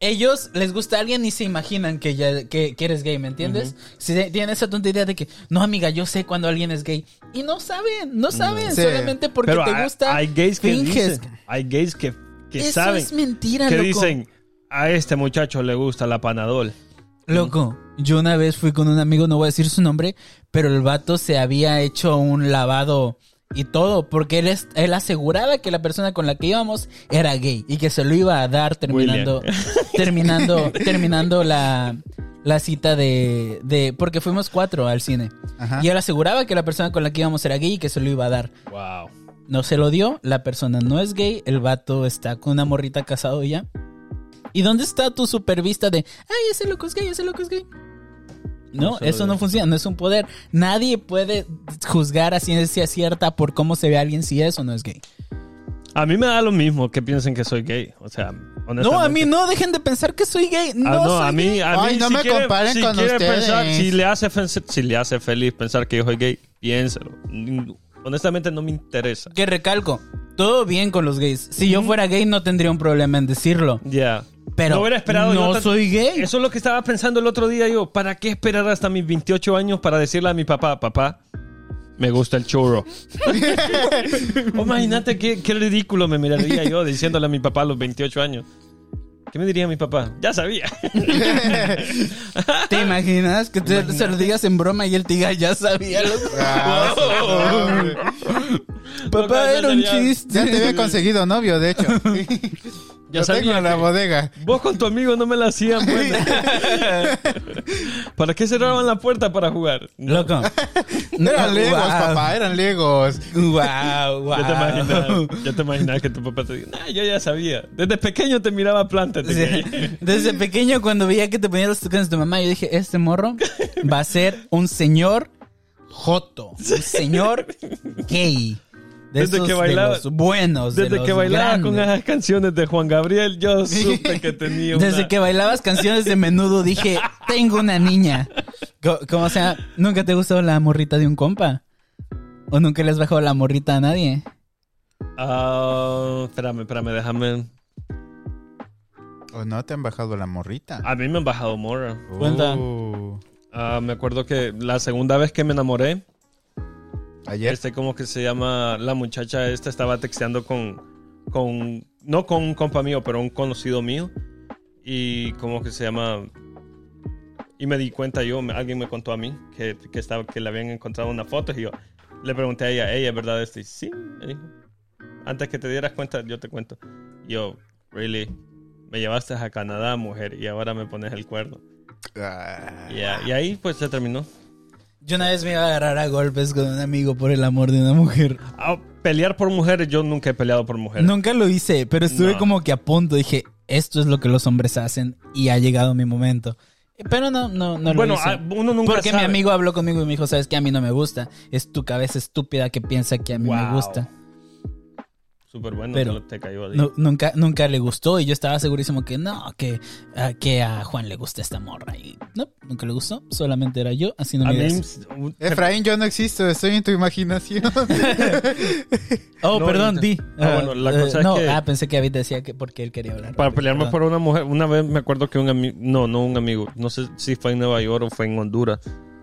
E: ellos les gusta a alguien y se imaginan que ya que, que eres gay, ¿me entiendes? Si de- tienen esa tontería de que, no, amiga, yo sé cuando alguien es gay. Y no saben, no saben,
B: Sí.
E: solamente porque
D: Pero
E: te
D: hay-
E: gusta.
D: Hay gays que
E: finges.
D: dicen. Hay gays que, que
E: Eso
D: saben.
E: es mentira,
D: que
E: loco.
D: dicen, a este muchacho le gusta la panadol.
E: Loco, yo una vez fui con un amigo, no voy a decir su nombre, pero el vato se había hecho un lavado y todo, porque él, es- él aseguraba que la persona con la que íbamos era gay y que se lo iba a dar terminando, [laughs] terminando, terminando la, la cita de, de- Porque fuimos cuatro al cine.
B: Ah, Ajá.
E: Y él aseguraba que la persona con la que íbamos era gay y que se lo iba a dar.
D: Wow.
E: No se lo dio, la persona no es gay, el vato está con una morrita casado ya. ¿Y dónde está tu supervista de, ay, ese loco es gay, ese loco es gay? No,
D: No se lo
E: eso no
D: dio.
E: funciona, no es un poder. Nadie puede juzgar a ciencia cierta por cómo se ve a alguien si es o no es gay.
D: A mí me da lo mismo que piensen que soy gay. O sea, honestamente.
E: No, a mí no, dejen de pensar que soy gay. No,
D: Ah, no,
E: soy
D: a mí,
E: gay.
D: a mí
B: Ay, no
D: si
B: me
D: quiere-
B: comparen
D: si
B: con
D: quiere
B: ustedes.
D: pensar- si, le hace feliz, si le hace feliz pensar que yo soy gay, piénselo. Ni- Honestamente no me interesa.
E: Que recalco, todo bien con los gays. Si yo fuera gay no tendría un problema en decirlo.
D: Ya.
E: Pero
D: no, hubiera esperado yo
E: no
D: tan-
E: soy gay.
D: Eso es lo que estaba pensando el otro día yo. ¿Para qué esperar hasta mis 28 años para decirle a mi papá, papá, me gusta
E: [laughs]
D: el churro? Oh, Imagínate qué, qué ridículo me miraría yo diciéndole a mi papá a los 28 años. ¿Qué me diría mi papá? Ya sabía. [laughs]
B: [laughs]
E: [laughs] ¿Te imaginas que te, se lo digas en broma y él te diga, ya sabía? loco"?
B: Ah, sí, no, hombre.
E: Papá,
D: ya
E: era un
D: sabía.
B: Ya te
E: chiste.
B: había conseguido novio, de hecho.
D: [laughs] Ya
B: Lo tengo
D: sabía
B: en la
D: que-
B: bodega.
D: Vos con tu amigo no me la hacían
E: [laughs]
D: buena. ¿Para qué cerraban la puerta para jugar?
E: [laughs] Loco.
B: Eran legos, papá, eran legos.
E: Wow, wow.
D: [laughs] Ya
E: [laughs]
D: te imaginas, ya te imaginas que tu papá te diga, nah, yo ya sabía. Desde pequeño te miraba planta. te creí".
E: Desde pequeño, cuando veía que te ponían los tocanes de tu mamá, yo dije: Este morro va a ser un señor joto. Un señor gay. De
D: Desde
E: esos
D: que
E: de
D: bailaba-
E: los buenos. de
D: [laughs] Desde
E: los
D: que bailaba con
E: grandes.
D: esas canciones de Juan
E: [laughs]
D: Gabriel, yo supe que tenía una...
E: Desde que bailabas canciones de menudo dije, tengo una niña. Co- Como sea, ¿nunca te gustó la morrita de un compa? ¿O nunca le has bajado la morrita a nadie?
D: Ah, espérame, espérame, déjame...
B: ¿O Oh, no te han bajado la morrita?
D: A mí me han bajado morra.
E: cuenta.
B: Uh,
D: Ah, me acuerdo que la segunda vez que me enamoré,
B: Ayer.
D: Este, como que se llama? La muchacha esta estaba texteando con, con. No con un compa mío, pero un conocido mío. Y como que se llama. Y me di cuenta yo, me- alguien me contó a mí que, que, estaba, que le habían encontrado una foto. Y yo le pregunté a ella, ella ¿es verdad esto? Y sí, me dijo. Antes que te dieras cuenta, yo te cuento. Y Yo, really. Me llevaste a Canadá, mujer, y ahora me pones el cuerno.
B: Ah.
D: Y, a- y ahí pues se terminó.
E: Yo una vez me iba a agarrar a golpes con un amigo por el amor de una mujer.
D: Ah, pelear por mujeres, yo nunca he peleado por mujeres.
E: Nunca lo hice, pero estuve
D: No.
E: como que a punto. Dije, esto es lo que los hombres hacen y ha llegado mi momento. Pero no, no, no lo
D: bueno,
E: hice.
D: ah, uno nunca
E: Porque mi
D: sabe.
E: amigo habló conmigo y me dijo, ¿sabes que A mí no me gusta. Es tu cabeza estúpida que piensa que a mí me
D: Wow.
E: gusta.
D: Súper bueno,
E: Pero-
D: te lo- te cayó ahí.
E: Nu- nunca, nunca le gustó y yo estaba segurísimo que no, que, ah, que a Juan le gusta esta morra. Y no, nunca le gustó. Solamente era yo haciendo
D: a
E: mi
D: mí,
E: gracia.
D: un-
B: Efraín, yo no existo, estoy en tu imaginación.
D: [laughs]
E: Oh,
D: No,
E: perdón,
D: ahorita.
E: di.
D: Ah, bueno, la cosa es
E: no,
D: que-
E: Ah, pensé que David decía que porque él quería hablar.
D: para pelearme
E: Perdón.
D: por una mujer, una vez me acuerdo que un amigo, no, no un amigo, no sé si fue en Nueva York o fue en Honduras.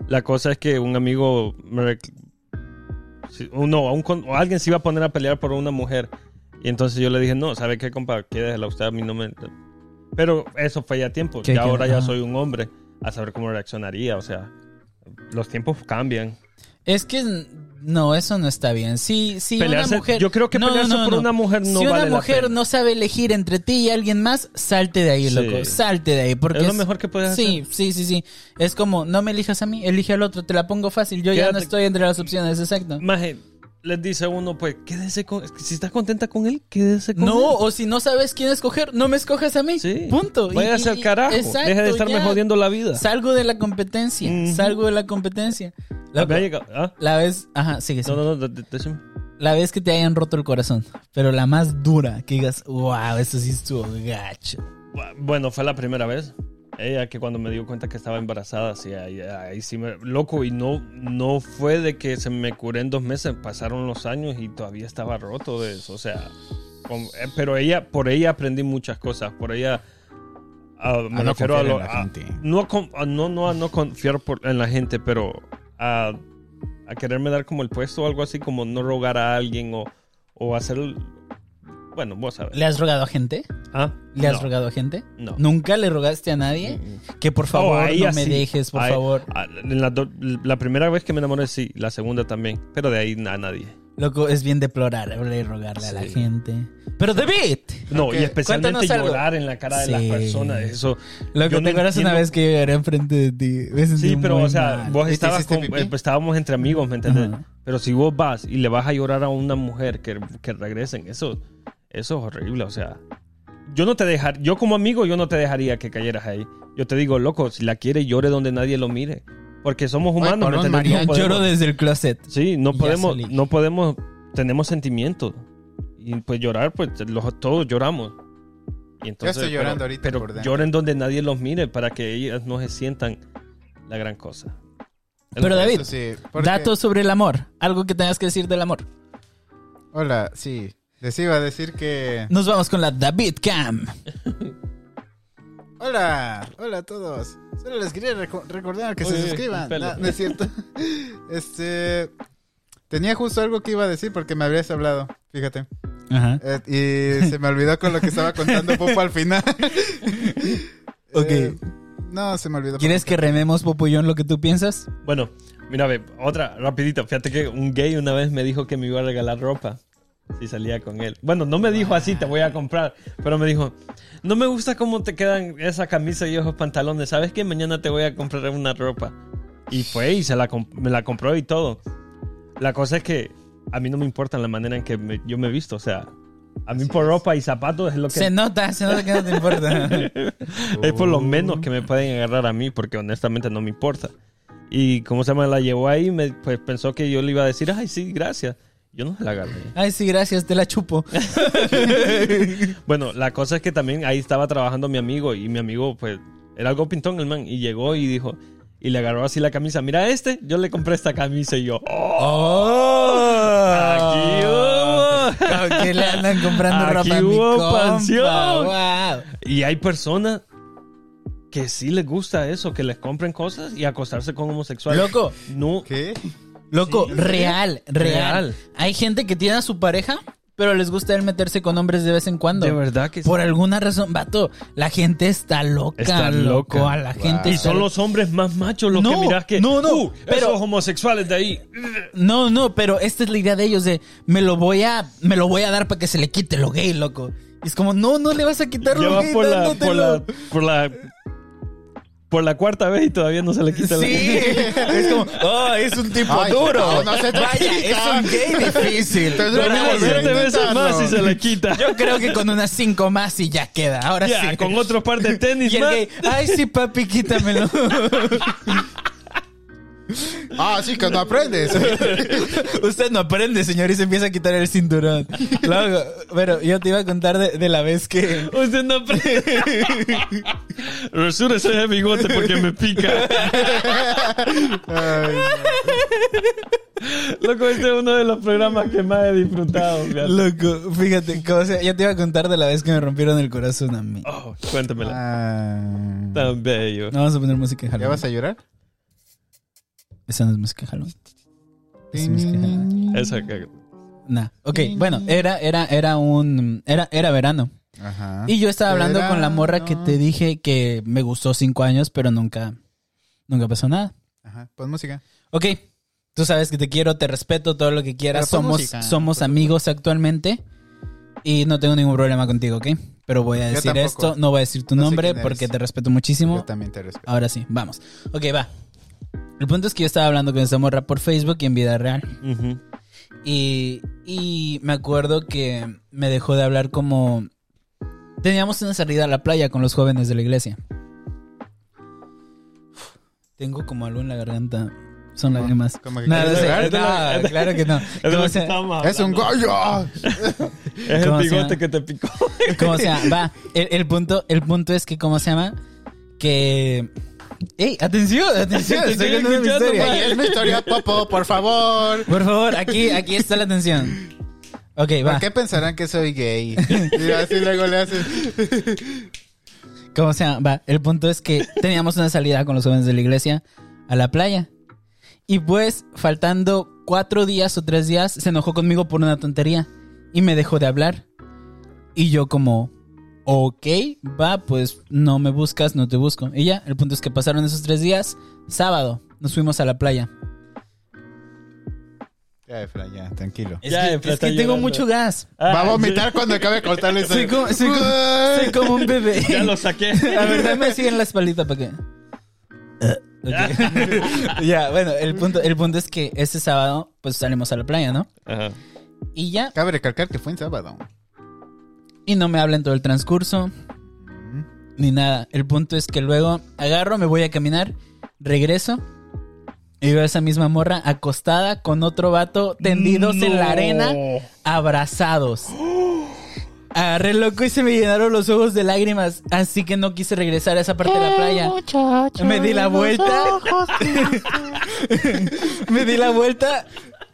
D: La cosa es que un amigo, me rec- si- o no, a un con- o alguien se iba a poner a pelear por una mujer. Y entonces yo le dije, no, ¿sabe qué, compa? Quédesela usted, a mí no me... Pero eso fue ya tiempo,
E: ¿Qué,
D: ya
E: qué?
D: ahora ya
E: Ajá.
D: soy un hombre, a saber cómo reaccionaría, o sea, los tiempos cambian.
E: Es que n- no, eso no está bien. Sí, sí,
D: Pelearse-
E: una mujer.
D: yo creo que pelearse por una mujer no
E: Si una
D: vale la
E: mujer
D: pena.
E: no sabe elegir entre ti y alguien más, salte de ahí,
D: Sí.
E: loco. Salte de ahí. Porque
D: es lo mejor que puedes hacer.
E: Sí, sí, sí, sí. Es como, no me elijas a mí, elige al otro, te la pongo fácil. Yo ya no
D: Quédate-
E: estoy entre las opciones, exacto.
D: Maje, les dice uno, pues, quédese con... Si estás contenta con él, quédese con él.
E: No, o si no sabes quién escoger, no me escojas a mí.
D: Pues Sí.
E: Punto. Y-
D: Váyase
E: y-
D: al carajo.
E: exacto,
D: Deja de estarme
E: ya.
D: jodiendo la vida.
E: Salgo de la competencia.
D: Ujú.
E: Salgo de la competencia. Loco,
D: Había llegado- ah,
E: la vez. Ajá, sigue.
D: No,
E: sigue.
D: no, no, de- de- decime.
E: La vez que te hayan roto el corazón. Pero la más dura, que digas, wow, eso sí estuvo gacho.
D: Bueno, fue la primera vez. Ella que cuando me dio cuenta que estaba embarazada, sí, ahí, ahí sí me... Loco, y no, no fue de que se me curé en dos meses, pasaron los años y todavía estaba roto de eso, o sea... con- eh, pero ella, por ella aprendí muchas cosas, por ella... ah, me
B: A no
D: refiero
B: confiar
D: a
B: en
D: lo-
B: la
D: a-
B: gente.
D: no, con- a no, no, a no confiar por- en la gente, pero a, a quererme dar como el puesto o algo así, como no rogar a alguien o, o hacer... Bueno, vos sabés.
E: ¿Le has rogado a gente?
D: ¿Ah?
E: ¿Le has
D: No,
E: rogado a gente?
D: No.
E: ¿Nunca le rogaste a nadie? Que por favor
D: Oh, ahí
E: no
D: así.
E: me dejes, por
D: Ahí-
E: favor.
D: ah, en la, do- la primera vez que me enamoré, sí. La segunda también. Pero de ahí na- a nadie.
E: Loco, es bien deplorable rogarle a la
D: Sí.
E: gente. Pero David,
D: No,
B: Ok,
D: y especialmente
E: cuéntanos algo.
D: llorar en la cara de las
E: Sí.
D: personas. Eso.
E: loco,
D: yo
E: ¿te
D: no
E: acuerdas
D: entiendo-
E: una vez que yo lloré enfrente de ti? Me sentí
D: Sí, pero
E: muy
D: o sea,
E: mal. este
D: vos
B: ¿Y te
D: estabas
B: hiciste
D: con-
B: pipí?
D: eh, pues, estábamos entre amigos, ¿me entendés?
E: Ajá.
D: Pero si vos vas y le vas a llorar a una mujer que, que regresen, eso, eso es horrible. O sea, yo no te dejar, yo como amigo, yo no te dejaría que cayeras ahí. Yo te digo, loco, si la quiere, llore donde nadie lo mire. Porque somos humanos,
B: por
D: ¿me
B: un
D: entendés? No
E: Ya lloro
D: podemos-
E: desde el closet.
D: Sí, no
E: Y ya
D: podemos,
E: salí.
D: no podemos, tenemos sentimientos. Y pues llorar, pues los, todos lloramos. Y entonces,
B: estoy llorando ahorita
D: Pero
B: por dentro.
D: lloren donde nadie los mire para que ellas no se sientan la gran cosa. Es
E: Pero
D: lo que-
E: David,
B: Eso sí, porque-
E: datos sobre el amor. Algo que tengas que decir del amor.
B: Hola, sí. Les iba a decir que.
E: Nos vamos con la David Cam.
B: Hola, hola a todos. Solo les quería reco- recordar que
D: Uy,
B: se
D: uy,
B: suscriban.
D: un pelo.
B: No, no es cierto. [laughs] este. Tenía justo algo que iba a decir porque me habrías hablado. Fíjate.
E: Ajá.
B: Eh, y se me olvidó con lo que estaba contando Popo al final.
E: [laughs] Ok.
B: Eh, no, se me olvidó.
E: ¿Quieres que rememos, Popuyón, lo que tú piensas?
D: Bueno, mira, ve, otra, rapidito. Fíjate que un gay una vez me dijo que me iba a regalar ropa si salía con él. Bueno, no me dijo así, te voy a comprar, pero me dijo, no me gusta cómo te quedan esa camisa y esos pantalones. ¿Sabes qué? Mañana te voy a comprar una ropa. Y fue y se la, comp- me la compró y todo. La cosa es que a mí no me importa la manera en que me- yo me visto, o sea, a mí por ropa y zapatos es lo que...
E: Se nota, se nota que no te importa. [laughs]
D: Es por lo menos que me pueden agarrar a mí, porque honestamente no me importa. Y como se llama, la llevó ahí, me, pues pensó que yo le iba a decir, ay, sí, gracias. Yo no se la agarré.
E: Ay, sí, gracias, te la [laughs] chupo.
D: Bueno, la cosa es que también ahí estaba trabajando mi amigo, y mi amigo, pues, era algo pintón el man, y llegó y dijo, y le agarró así la camisa, mira este, yo le compré esta camisa, y yo, ¡oh! Aquí hubo. [laughs]
E: Como que le andan comprando
D: Aquí
E: ropa a mi
D: hubo
E: compa,
D: expansión.
E: guau.
D: Y hay personas que sí les gusta eso, que les compren cosas y acostarse con homosexuales.
E: Loco,
D: No,
B: ¿Qué?
E: loco,
D: Sí.
E: real, real,
D: Real.
E: Hay gente que tiene a su pareja, pero les gusta él meterse con hombres de vez en cuando.
D: de verdad que sí.
E: Por alguna razón, vato, la gente está loca,
D: Está
E: loco.
D: loca.
E: A la gente
D: Y
E: está-
D: son los hombres más machos los que
E: No,
D: mirás que.
E: no, no,
D: "Uh,
E: pero-
D: esos homosexuales de ahí.
E: No, no, pero esta es la idea de ellos de me lo voy a me lo voy a dar para que se le quite lo gay, loco. Y es como, "No, no le vas a quitar
D: Ya
E: lo
D: va
E: gay."
D: por la, por
E: dándotelo".
D: la. Por la. por la cuarta vez y todavía no se le quita [laughs]
E: Sí, es como, oh, es un tipo
B: Ay,
E: duro.
B: no, no se te
E: Vaya, es
B: quita.
E: un gay difícil.
B: Entonces,
D: la.
B: Pero
D: Lo
B: no,
D: mismo siete
B: no,
D: veces
B: no,
D: más
B: no.
D: y se le quita.
E: Yo creo que con unas cinco más y ya queda. Ahora
D: [laughs] Ya,
E: sí.
D: con otro par de tenis
E: Y el
D: más.
E: gay, ay, sí, papi, quítamelo.
B: Ah, sí, que
E: [laughs]
B: no aprendes.
E: [laughs] Usted no aprende, señor, y se empieza a quitar el cinturón. Luego, pero yo te iba a contar de, de la vez que...
D: Usted
E: [laughs]
D: no aprende. Resúrese ese bigote porque
E: [laughs]
D: me pica. Loco, este es uno de los programas que más he disfrutado. fíjate.
E: Loco, fíjate, como sea, yo te iba a contar de la vez que me rompieron el corazón a mí.
D: Oh, cuéntamela.
B: Ah.
D: Tan bello.
E: No, vamos a poner música de
B: ¿Ya
E: jalón.
B: vas a llorar?
E: Esa no es música de jalón. Esa es música de jalón.
D: Esa que-
E: Nah. Ok, bueno, era, era, era un... Era, era verano.
B: Ajá.
E: Y yo estaba hablando con la morra que
B: Ah. Verano.
E: te dije que me gustó cinco años, pero nunca... Nunca pasó nada.
B: Ajá. Pon música.
E: Ok, tú sabes que te quiero, te respeto, todo lo que quieras.
B: Pero pon
E: Somos,
B: música, ¿eh?
E: somos
B: por
E: amigos actualmente y no tengo ningún problema contigo, ¿ok? Pero voy a
B: Yo
E: decir
B: tampoco.
E: esto, no voy a decir tu
B: No sé
E: nombre
B: quién eres.
E: porque te respeto muchísimo.
B: Yo también te respeto.
E: Ahora sí, vamos. Ok, va. El punto es que yo estaba hablando con esa morra por Facebook y en vida real.
D: Ujú.
E: Y, y me acuerdo que me dejó de hablar como... Teníamos una salida a la playa con los jóvenes de la iglesia. Uf, Tengo como algo en la garganta. Son
B: Como-
E: lágrimas.
B: como que
E: Nada,
B: quieres
E: o sea,
D: llorar, es de la-
E: no,
D: es de-
E: [laughs] claro que no.
D: Es de lo
E: Como
D: que
E: sea,
D: estábamos
B: ¡Es un
E: [laughs]
D: hablando.
B: gallo!
D: Es el
E: ¿Cómo se llama?
D: bigote que te picó.
E: como sea, va. El, el punto, el punto es que, ¿cómo se llama? Que... ¡Ey! ¡Atención! ¡Atención!
D: [laughs] Te
E: Estoy
D: estoy
E: contando mi
D: escuchando,
E: historia.
D: man.
B: ¡Es mi historia, Popo, por favor!
E: Por favor, aquí, aquí está la atención. Ok, va.
B: ¿Por qué pensarán que
E: [laughs]
B: soy gay? Y así luego le haces.
E: Como sea, va. El punto es que teníamos una salida con los jóvenes de la iglesia a la playa. Y pues, faltando cuatro días o tres días, se enojó conmigo por una tontería. Y me dejó de hablar. Y yo como, ok, va, pues no me buscas, no te busco. Y ya, el punto es que pasaron esos tres días. Sábado, nos fuimos a la playa.
B: Ya, Efra, ya, tranquilo.
E: Es
D: Ya,
E: que-
D: Efra,
E: es que,
D: está
E: tengo
D: llorando.
E: mucho gas.
D: Ah,
B: Va a vomitar cuando acabe de cortar la
E: Soy
B: historia.
E: como, soy como- soy como un bebé.
D: [laughs] Ya lo saqué.
E: La verdad me siguen la espaldita para qué. Ok. [laughs] ya, bueno, el punto, el punto es que este sábado pues salimos a la playa, ¿no?
D: Ajá.
E: Y ya,
B: Cabe recalcar que fue en sábado.
E: y no me hablan todo el transcurso, ni nada. El punto es que luego agarro, me voy a caminar, regreso, y veo a esa misma morra acostada con otro vato tendidos en la arena, abrazados. Agarré loco y se me llenaron los ojos de lágrimas, así que no quise regresar a esa parte de la playa. Me di la vuelta. Me di la vuelta.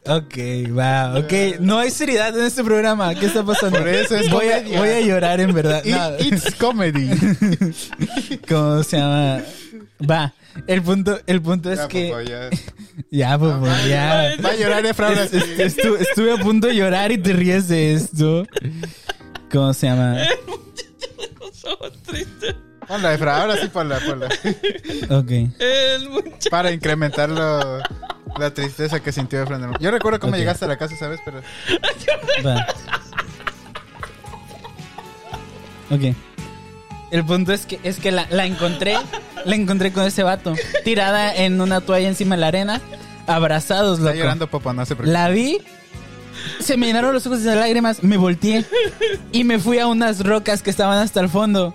E: Ok, va, ok. No hay seriedad en este programa. ¿Qué está pasando?
B: Por eso es
E: voy, a,
B: comedia.
E: voy a llorar en verdad. No,
B: It- it's [laughs] comedy.
E: ¿Cómo se llama? Va. El punto, el punto es
B: Ya,
E: que.
B: Popo, ya.
E: Ya, Popo, ya.
B: Va a llorar Efra ahora sí.
E: Estu- estu- estuve a punto de llorar y te ríes de esto. ¿Cómo se llama?
B: Ponla, Efra, ahora sí ponla, ponla.
E: Ok.
B: Para incrementar lo- la tristeza que sintió Efra. en el- Yo recuerdo cómo
E: Ok.
B: llegaste a la casa, ¿sabes? Pero
E: Va. Ok. El punto es que, es que la, la encontré, la encontré con ese vato, tirada en una toalla encima de la arena, abrazados,
B: está
E: loco.
B: llorando Popo, no se preocupe.
E: La vi, se me llenaron los ojos de lágrimas, me volteé y me fui a unas rocas que estaban hasta el fondo.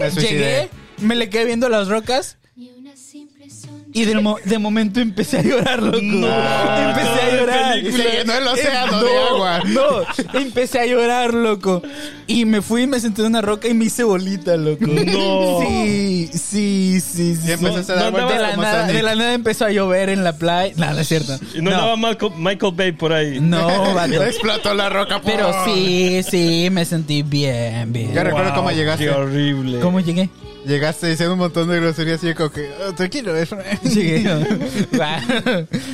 B: Me
E: Llegué,
B: suicidé.
E: me le quedé viendo las rocas
F: Y una simple sonrisa.
E: y del mo- de momento empecé a llorar, loco. empecé a llorar. Eh,
B: Y se llenó el océano de
E: No,
B: agua.
E: No, empecé a llorar, loco. Y me fui, me senté en una roca y me hice bolita, loco.
D: No.
E: Sí, sí, sí, sí.
B: Y empezaste a
D: No,
B: dar
D: no
E: de,
B: vueltas
E: la
B: como
E: nada,
B: Sonic.
E: de la nada empezó a llover en la playa. Nada, no es cierto.
D: Y no, andaba Michael, Michael Bay por ahí.
E: no,
B: [laughs]
E: vato.
B: Explotó la roca. ¡pum!
E: Oh, Pero sí, sí, me sentí bien,
B: Yo
E: bien.
B: recuerdo
D: Wow,
B: cómo llegaste.
D: Qué horrible.
E: ¿Cómo
B: [laughs]
E: llegué?
B: Llegaste diciendo un montón de groserías y yo como que, "Oh, tranquilo, Efra.
E: Llegué. [laughs] Va.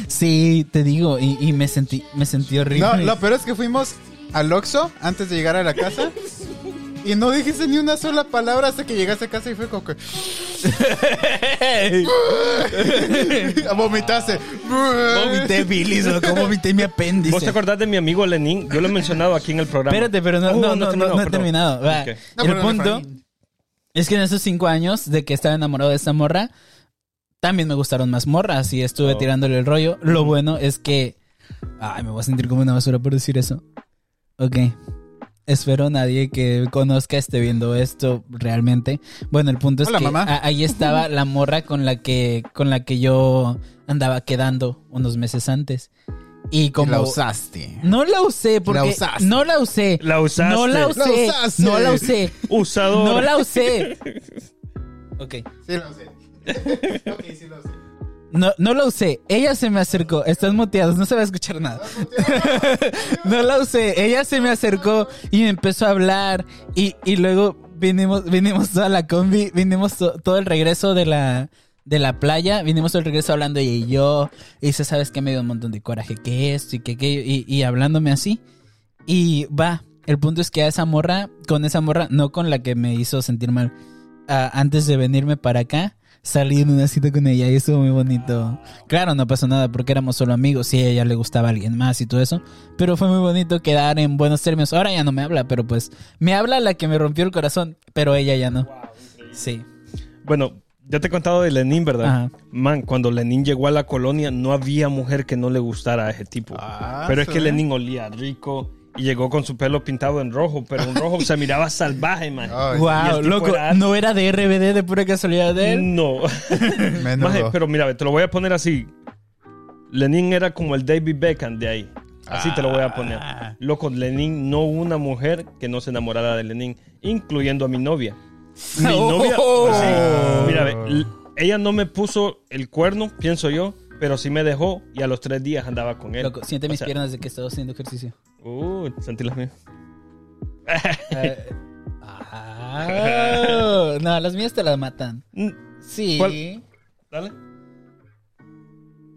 E: Sí, te digo, y, y me sentí, me sentí horrible.
B: No, lo peor es que fuimos al Oxxo antes de llegar a la casa. Y no dijiste ni una sola palabra hasta que llegaste a casa y fue como que...
D: [laughs]
B: Vomitaste.
E: Vomité bilis, loco, vomité mi apéndice.
D: ¿Vos te acordás de mi amigo Lenin? Yo lo he mencionado aquí en el programa.
E: Espérate, pero no,
D: Oh,
E: no, no, no, no he
D: perdón.
E: terminado. Va,
D: Ok.
B: No,
E: el
B: pero no,
E: punto
B: Efraín.
E: Es que en esos cinco años de que estaba enamorado de esa morra, también me gustaron más morras y estuve
D: Oh.
E: tirándole el rollo. Lo bueno es que. Ay, me voy a sentir como una basura por decir eso. Ok. Espero nadie que conozca esté viendo esto realmente. Bueno, el punto es
B: Hola,
E: que
B: mamá.
E: a- ahí estaba la morra con la que con la que yo andaba quedando unos meses antes. Y como
B: La usaste.
E: no la usé porque
B: usaste.
E: no la usé.
D: La usaste.
E: No la
B: La
E: usé.
B: usaste.
E: No la usé.
D: Usador.
E: No la usé. Ok.
B: Sí, la usé. ok, sí, la usé.
E: No, no la usé. Ella se me acercó. Están muteados, no se va a escuchar nada. [laughs] no la usé. Ella se me acercó y me empezó a hablar. Y, y luego vinimos, vinimos toda la combi, vinimos to- todo el regreso de la, de la playa, vinimos todo el regreso hablando ella y yo. Y se sabes que me dio un montón de coraje que esto y que aquello. Y, y hablándome así. Y va. El punto es que a esa morra, con esa morra, no con la que me hizo sentir mal, ah, antes de venirme para acá, salí en una cita con ella y estuvo muy bonito.
D: Ah.
E: Claro, no pasó nada porque éramos solo amigos y a ella le gustaba a alguien más y todo eso. Pero fue muy bonito quedar en buenos términos. Ahora ya no me habla, pero pues me habla la que me rompió el corazón, pero ella ya no. Sí.
D: Bueno, ya te he contado de Lenin, ¿verdad?
E: Ajá.
D: Man, cuando Lenin llegó a la colonia, no había mujer que no le gustara a ese tipo.
B: Ah,
D: pero es
B: sí.
D: que Lenin olía rico y llegó con su pelo pintado en rojo, pero un rojo se miraba salvaje, man.
E: Ah.
B: Ay,
D: Y este
E: Wow,
D: el tipo
E: loco,
D: era-
E: no era de RBD de pura casualidad de él. [laughs]
D: No.
B: menudo.
D: Maje, pero mira, te lo voy a poner así. Lenin era como el David Beckham de ahí. Así te lo voy a poner. Loco, Lenin no hubo una mujer que no se enamorara de Lenin, incluyendo a mi novia. Mm,
E: [laughs]
D: Mi
E: Oh.
D: novia.
E: Pues
D: Ah, sí. Mira, ve, l- ella no me puso el cuerno, pienso yo, pero sí me dejó y a los tres días andaba con él.
E: Loco, siente
D: O
E: mis
D: sea,
E: piernas de que he estado haciendo
D: [laughs]
E: ejercicio.
D: Uh, sentí las mías.
E: Eh, ah, no, las mías te las matan.
D: Mm,
E: Sí.
D: ¿Cuál? Dale.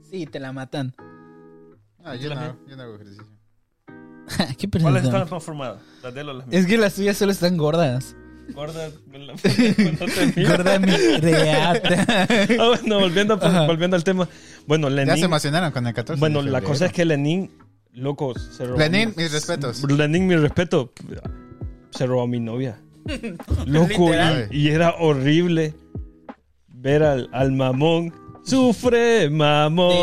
E: Sí, te la matan.
B: No, yo no, yo no hago ejercicio.
E: [laughs] Qué
D: ¿Cuáles
E: perdón.
D: están más formadas? ¿Las de él o las mías?
E: Es que las tuyas solo están gordas.
D: Gorda, me la- cuando te miro.
E: Gorda mi reata.
D: Ah, bueno, volviendo, volviendo al tema. Bueno,
B: Ya se
D: Lenin.
B: emocionaron con el 14.
D: Bueno, la cosa es que Lenin, loco, se robó.
B: Lenin, mis respetos.
D: Lenin, mi respeto. Se robó a mi novia. Loco,
B: Literal.
D: y, y era horrible ver al, al mamón. Sufre, mamón.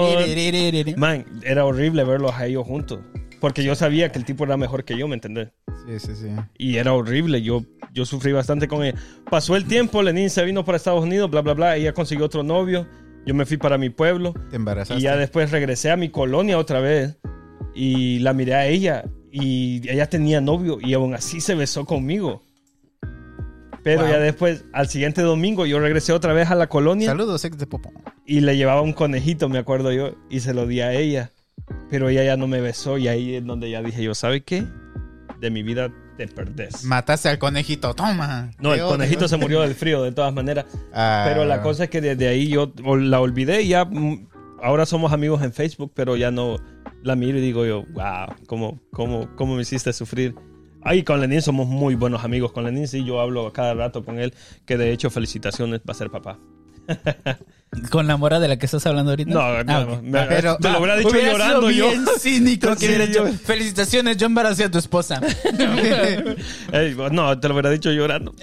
D: Man, era horrible verlos a ellos juntos. Porque yo sabía que el tipo era mejor que yo, ¿me entendés?
B: Sí, sí, sí.
D: Y era horrible. Yo, yo sufrí bastante con ella. Pasó el tiempo, Lenin se vino para Estados Unidos, bla, bla, bla. Ella consiguió otro novio. Yo me fui para mi pueblo.
B: Te embarazaste.
D: Y ya después regresé a mi colonia otra vez y la miré a ella y ella tenía novio y aún así se besó conmigo. Pero ya después, al siguiente domingo, yo regresé otra vez a la colonia
B: Saludos, ex de Popo.
D: y le llevaba un conejito, me acuerdo yo, y se lo di a ella. Pero ella ya no me besó y ahí es donde ya dije yo, ¿sabe qué? De mi vida te perdés.
B: Mataste al conejito, toma.
D: No, el
B: Te odio.
D: conejito se murió del frío, de todas maneras.
B: Ah.
D: Pero la cosa es que desde ahí yo o- la olvidé y ya mm, ahora somos amigos en Facebook, pero ya no la miro y digo yo, wow, ¿cómo, cómo, cómo me hiciste sufrir? Ahí con Lenin somos muy buenos amigos. Con Lenin sí, yo hablo a cada rato con él, que de hecho felicitaciones va a ser papá.
E: [laughs] Con la mora de la que estás hablando ahorita.
D: No,
E: Ah,
D: no,
E: ok.
D: me-
B: Pero-
D: te lo hubiera dicho
E: Hubiera sido
D: llorando yo. [laughs]
E: bien cínico que
D: Sí,
E: hubiera
D: yo-
E: hecho. Felicitaciones, yo embaracé a tu esposa.
D: Ey, no, te lo hubiera dicho llorando.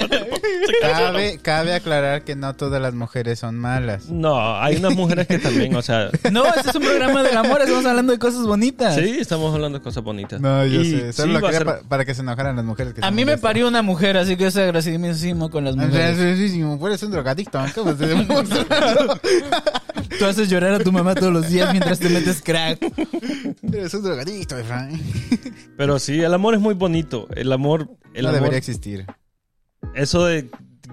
B: Cabe, cabe aclarar que no todas las mujeres son malas.
D: No, hay unas mujeres que también, o sea,
E: [laughs] No, este es un programa del amor, estamos hablando de cosas bonitas.
D: sí, estamos hablando de cosas bonitas.
B: No, yo
D: Y
B: sé. Solo
D: sí
B: lo
D: va a
B: quería
D: ser-
B: pa- para que se enojaran las mujeres. Que
E: A
B: se
E: mí me
B: molestan.
E: parió una mujer, así que yo soy agradecidísimo con las
B: En
E: mujeres.
B: realidad, sí, sí, Tú eres un drogadicto, acabas de demostrarlo.
E: Tú haces llorar a tu mamá todos los días mientras te metes crack.
B: Eres un drogadicto, Efraín.
D: Pero sí, el amor es muy bonito. El amor, el
B: No
D: amor-
B: debería existir.
D: Eso de,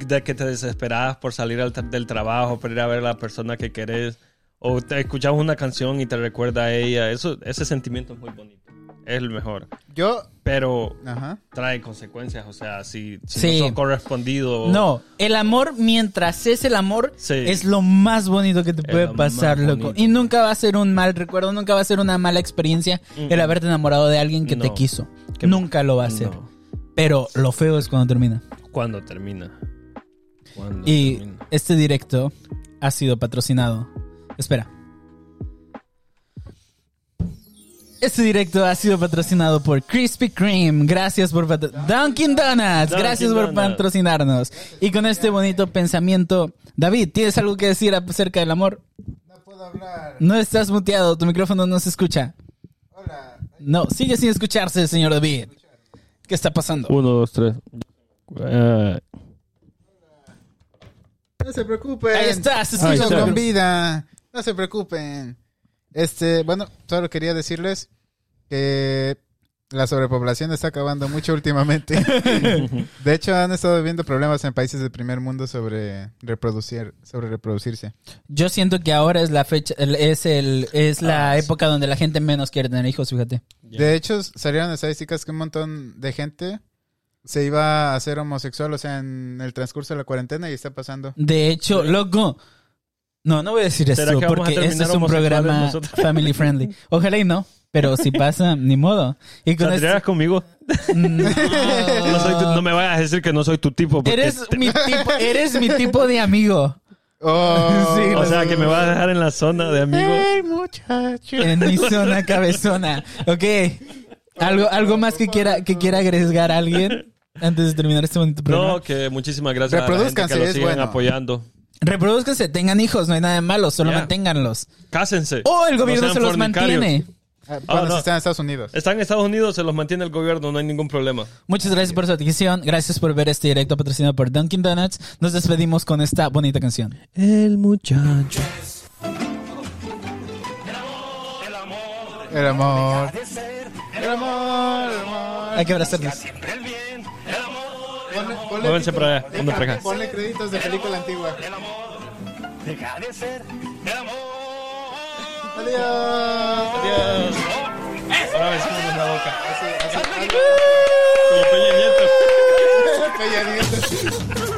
D: de que te desesperabas por salir al tra- del trabajo, por ir a ver a la persona que querés, o te escuchabas una canción y te recuerda a ella, eso, ese sentimiento es muy bonito. Es el mejor.
B: Yo,
D: Pero
B: ajá.
D: trae consecuencias, o sea, si, si
E: Sí.
D: no son correspondido.
E: No, el amor mientras es el amor
D: Sí.
E: es lo más bonito que te
D: Es
E: puede
D: lo
E: pasar,
D: más
E: loco.
D: bonito.
E: Y nunca va a ser un mal recuerdo, nunca va a ser una mala experiencia el haberte enamorado de alguien que te
D: No.
E: quiso.
D: Que-
E: nunca lo va a ser.
D: no.
E: Pero lo feo es cuando termina.
D: ¿Cuándo termina? ¿Cuándo
E: Y
D: termina?
E: este directo ha sido patrocinado. Espera. Este directo ha sido patrocinado por Krispy Kreme. Gracias por patro- Dunkin' Donuts.
D: Dunkin'
E: Gracias por
D: Donuts.
E: patrocinarnos. Y con este bonito pensamiento, David, ¿tienes algo que decir acerca del amor?
B: No puedo hablar.
E: No estás muteado, tu micrófono no se escucha.
B: Hola.
E: No, sigue sin escucharse, señor David. ¿Qué está pasando?
D: Uno, dos, tres. Eh,
B: No se preocupen.
E: Ahí está, se
B: Sigo
E: escucha.
B: con vida. No se preocupen. Este, bueno, solo quería decirles que la sobrepoblación está acabando mucho últimamente. De hecho, han estado viendo problemas en países del primer mundo sobre reproducir, sobre reproducirse.
E: Yo siento que ahora es la fecha, el- es el, es
D: Ah,
E: la época donde la gente menos quiere tener hijos, fíjate.
B: De hecho, salieron estadísticas que un montón de gente se iba a hacer homosexual, o sea, en el transcurso de la cuarentena y está
E: [laughs]
B: pasando.
E: De hecho, loco. No, no voy a decir
D: ¿Será
E: eso
D: que vamos a
E: porque
D: terminar
E: este es un
D: homosexuales
E: programa
D: nosotros? [laughs]
E: family friendly. Ojalá y no, pero si pasa, [laughs] ni modo. Y con este
D: ¿Saldrías
E: esto-
D: conmigo? [laughs]
E: No.
D: No, soy tu- no me vayas a decir que no soy tu tipo. porque este-
E: eres
D: te-
E: mi tipo, eres mi tipo de amigo.
B: Oh,
E: Sí,
D: o sea, que me vas a dejar en la zona de amigos.
E: Eh, En mi zona cabezona. Ok. ¿Algo, algo más que quiera, que quiera agregar a alguien antes de terminar este bonito programa?
D: No, que muchísimas gracias a la gente que
B: Reprodúzcanse,
D: lo
B: es
D: sigan
B: bueno.
D: apoyando.
E: Reproduzcanse, tengan hijos, no hay nada de malo, solo
D: Ya.
E: manténganlos.
D: Cásense.
E: O Oh, el gobierno
D: No
E: se
D: sean
E: los
D: fornicarios.
E: mantiene.
B: Ah, bueno,
D: Ah, no.
B: si están en Estados Unidos.
D: Están en Estados Unidos, se los mantiene el gobierno, no hay ningún problema.
E: Muchas gracias por su atención. Gracias por ver este directo patrocinado por Dunkin' Donuts. Nos despedimos con esta bonita canción.
D: El muchacho.
B: El amor. El amor, el amor.
E: Hay que abrazarnos.
B: Ponle, ponle
D: Muévanse
B: título.
D: para allá, ponle para acá.
B: Ponle créditos de película antigua. Adiós.
D: Adiós. Ahora besamos en la boca.
B: Así, [laughs] así.
D: Como Peña Nieto.
B: Calladito.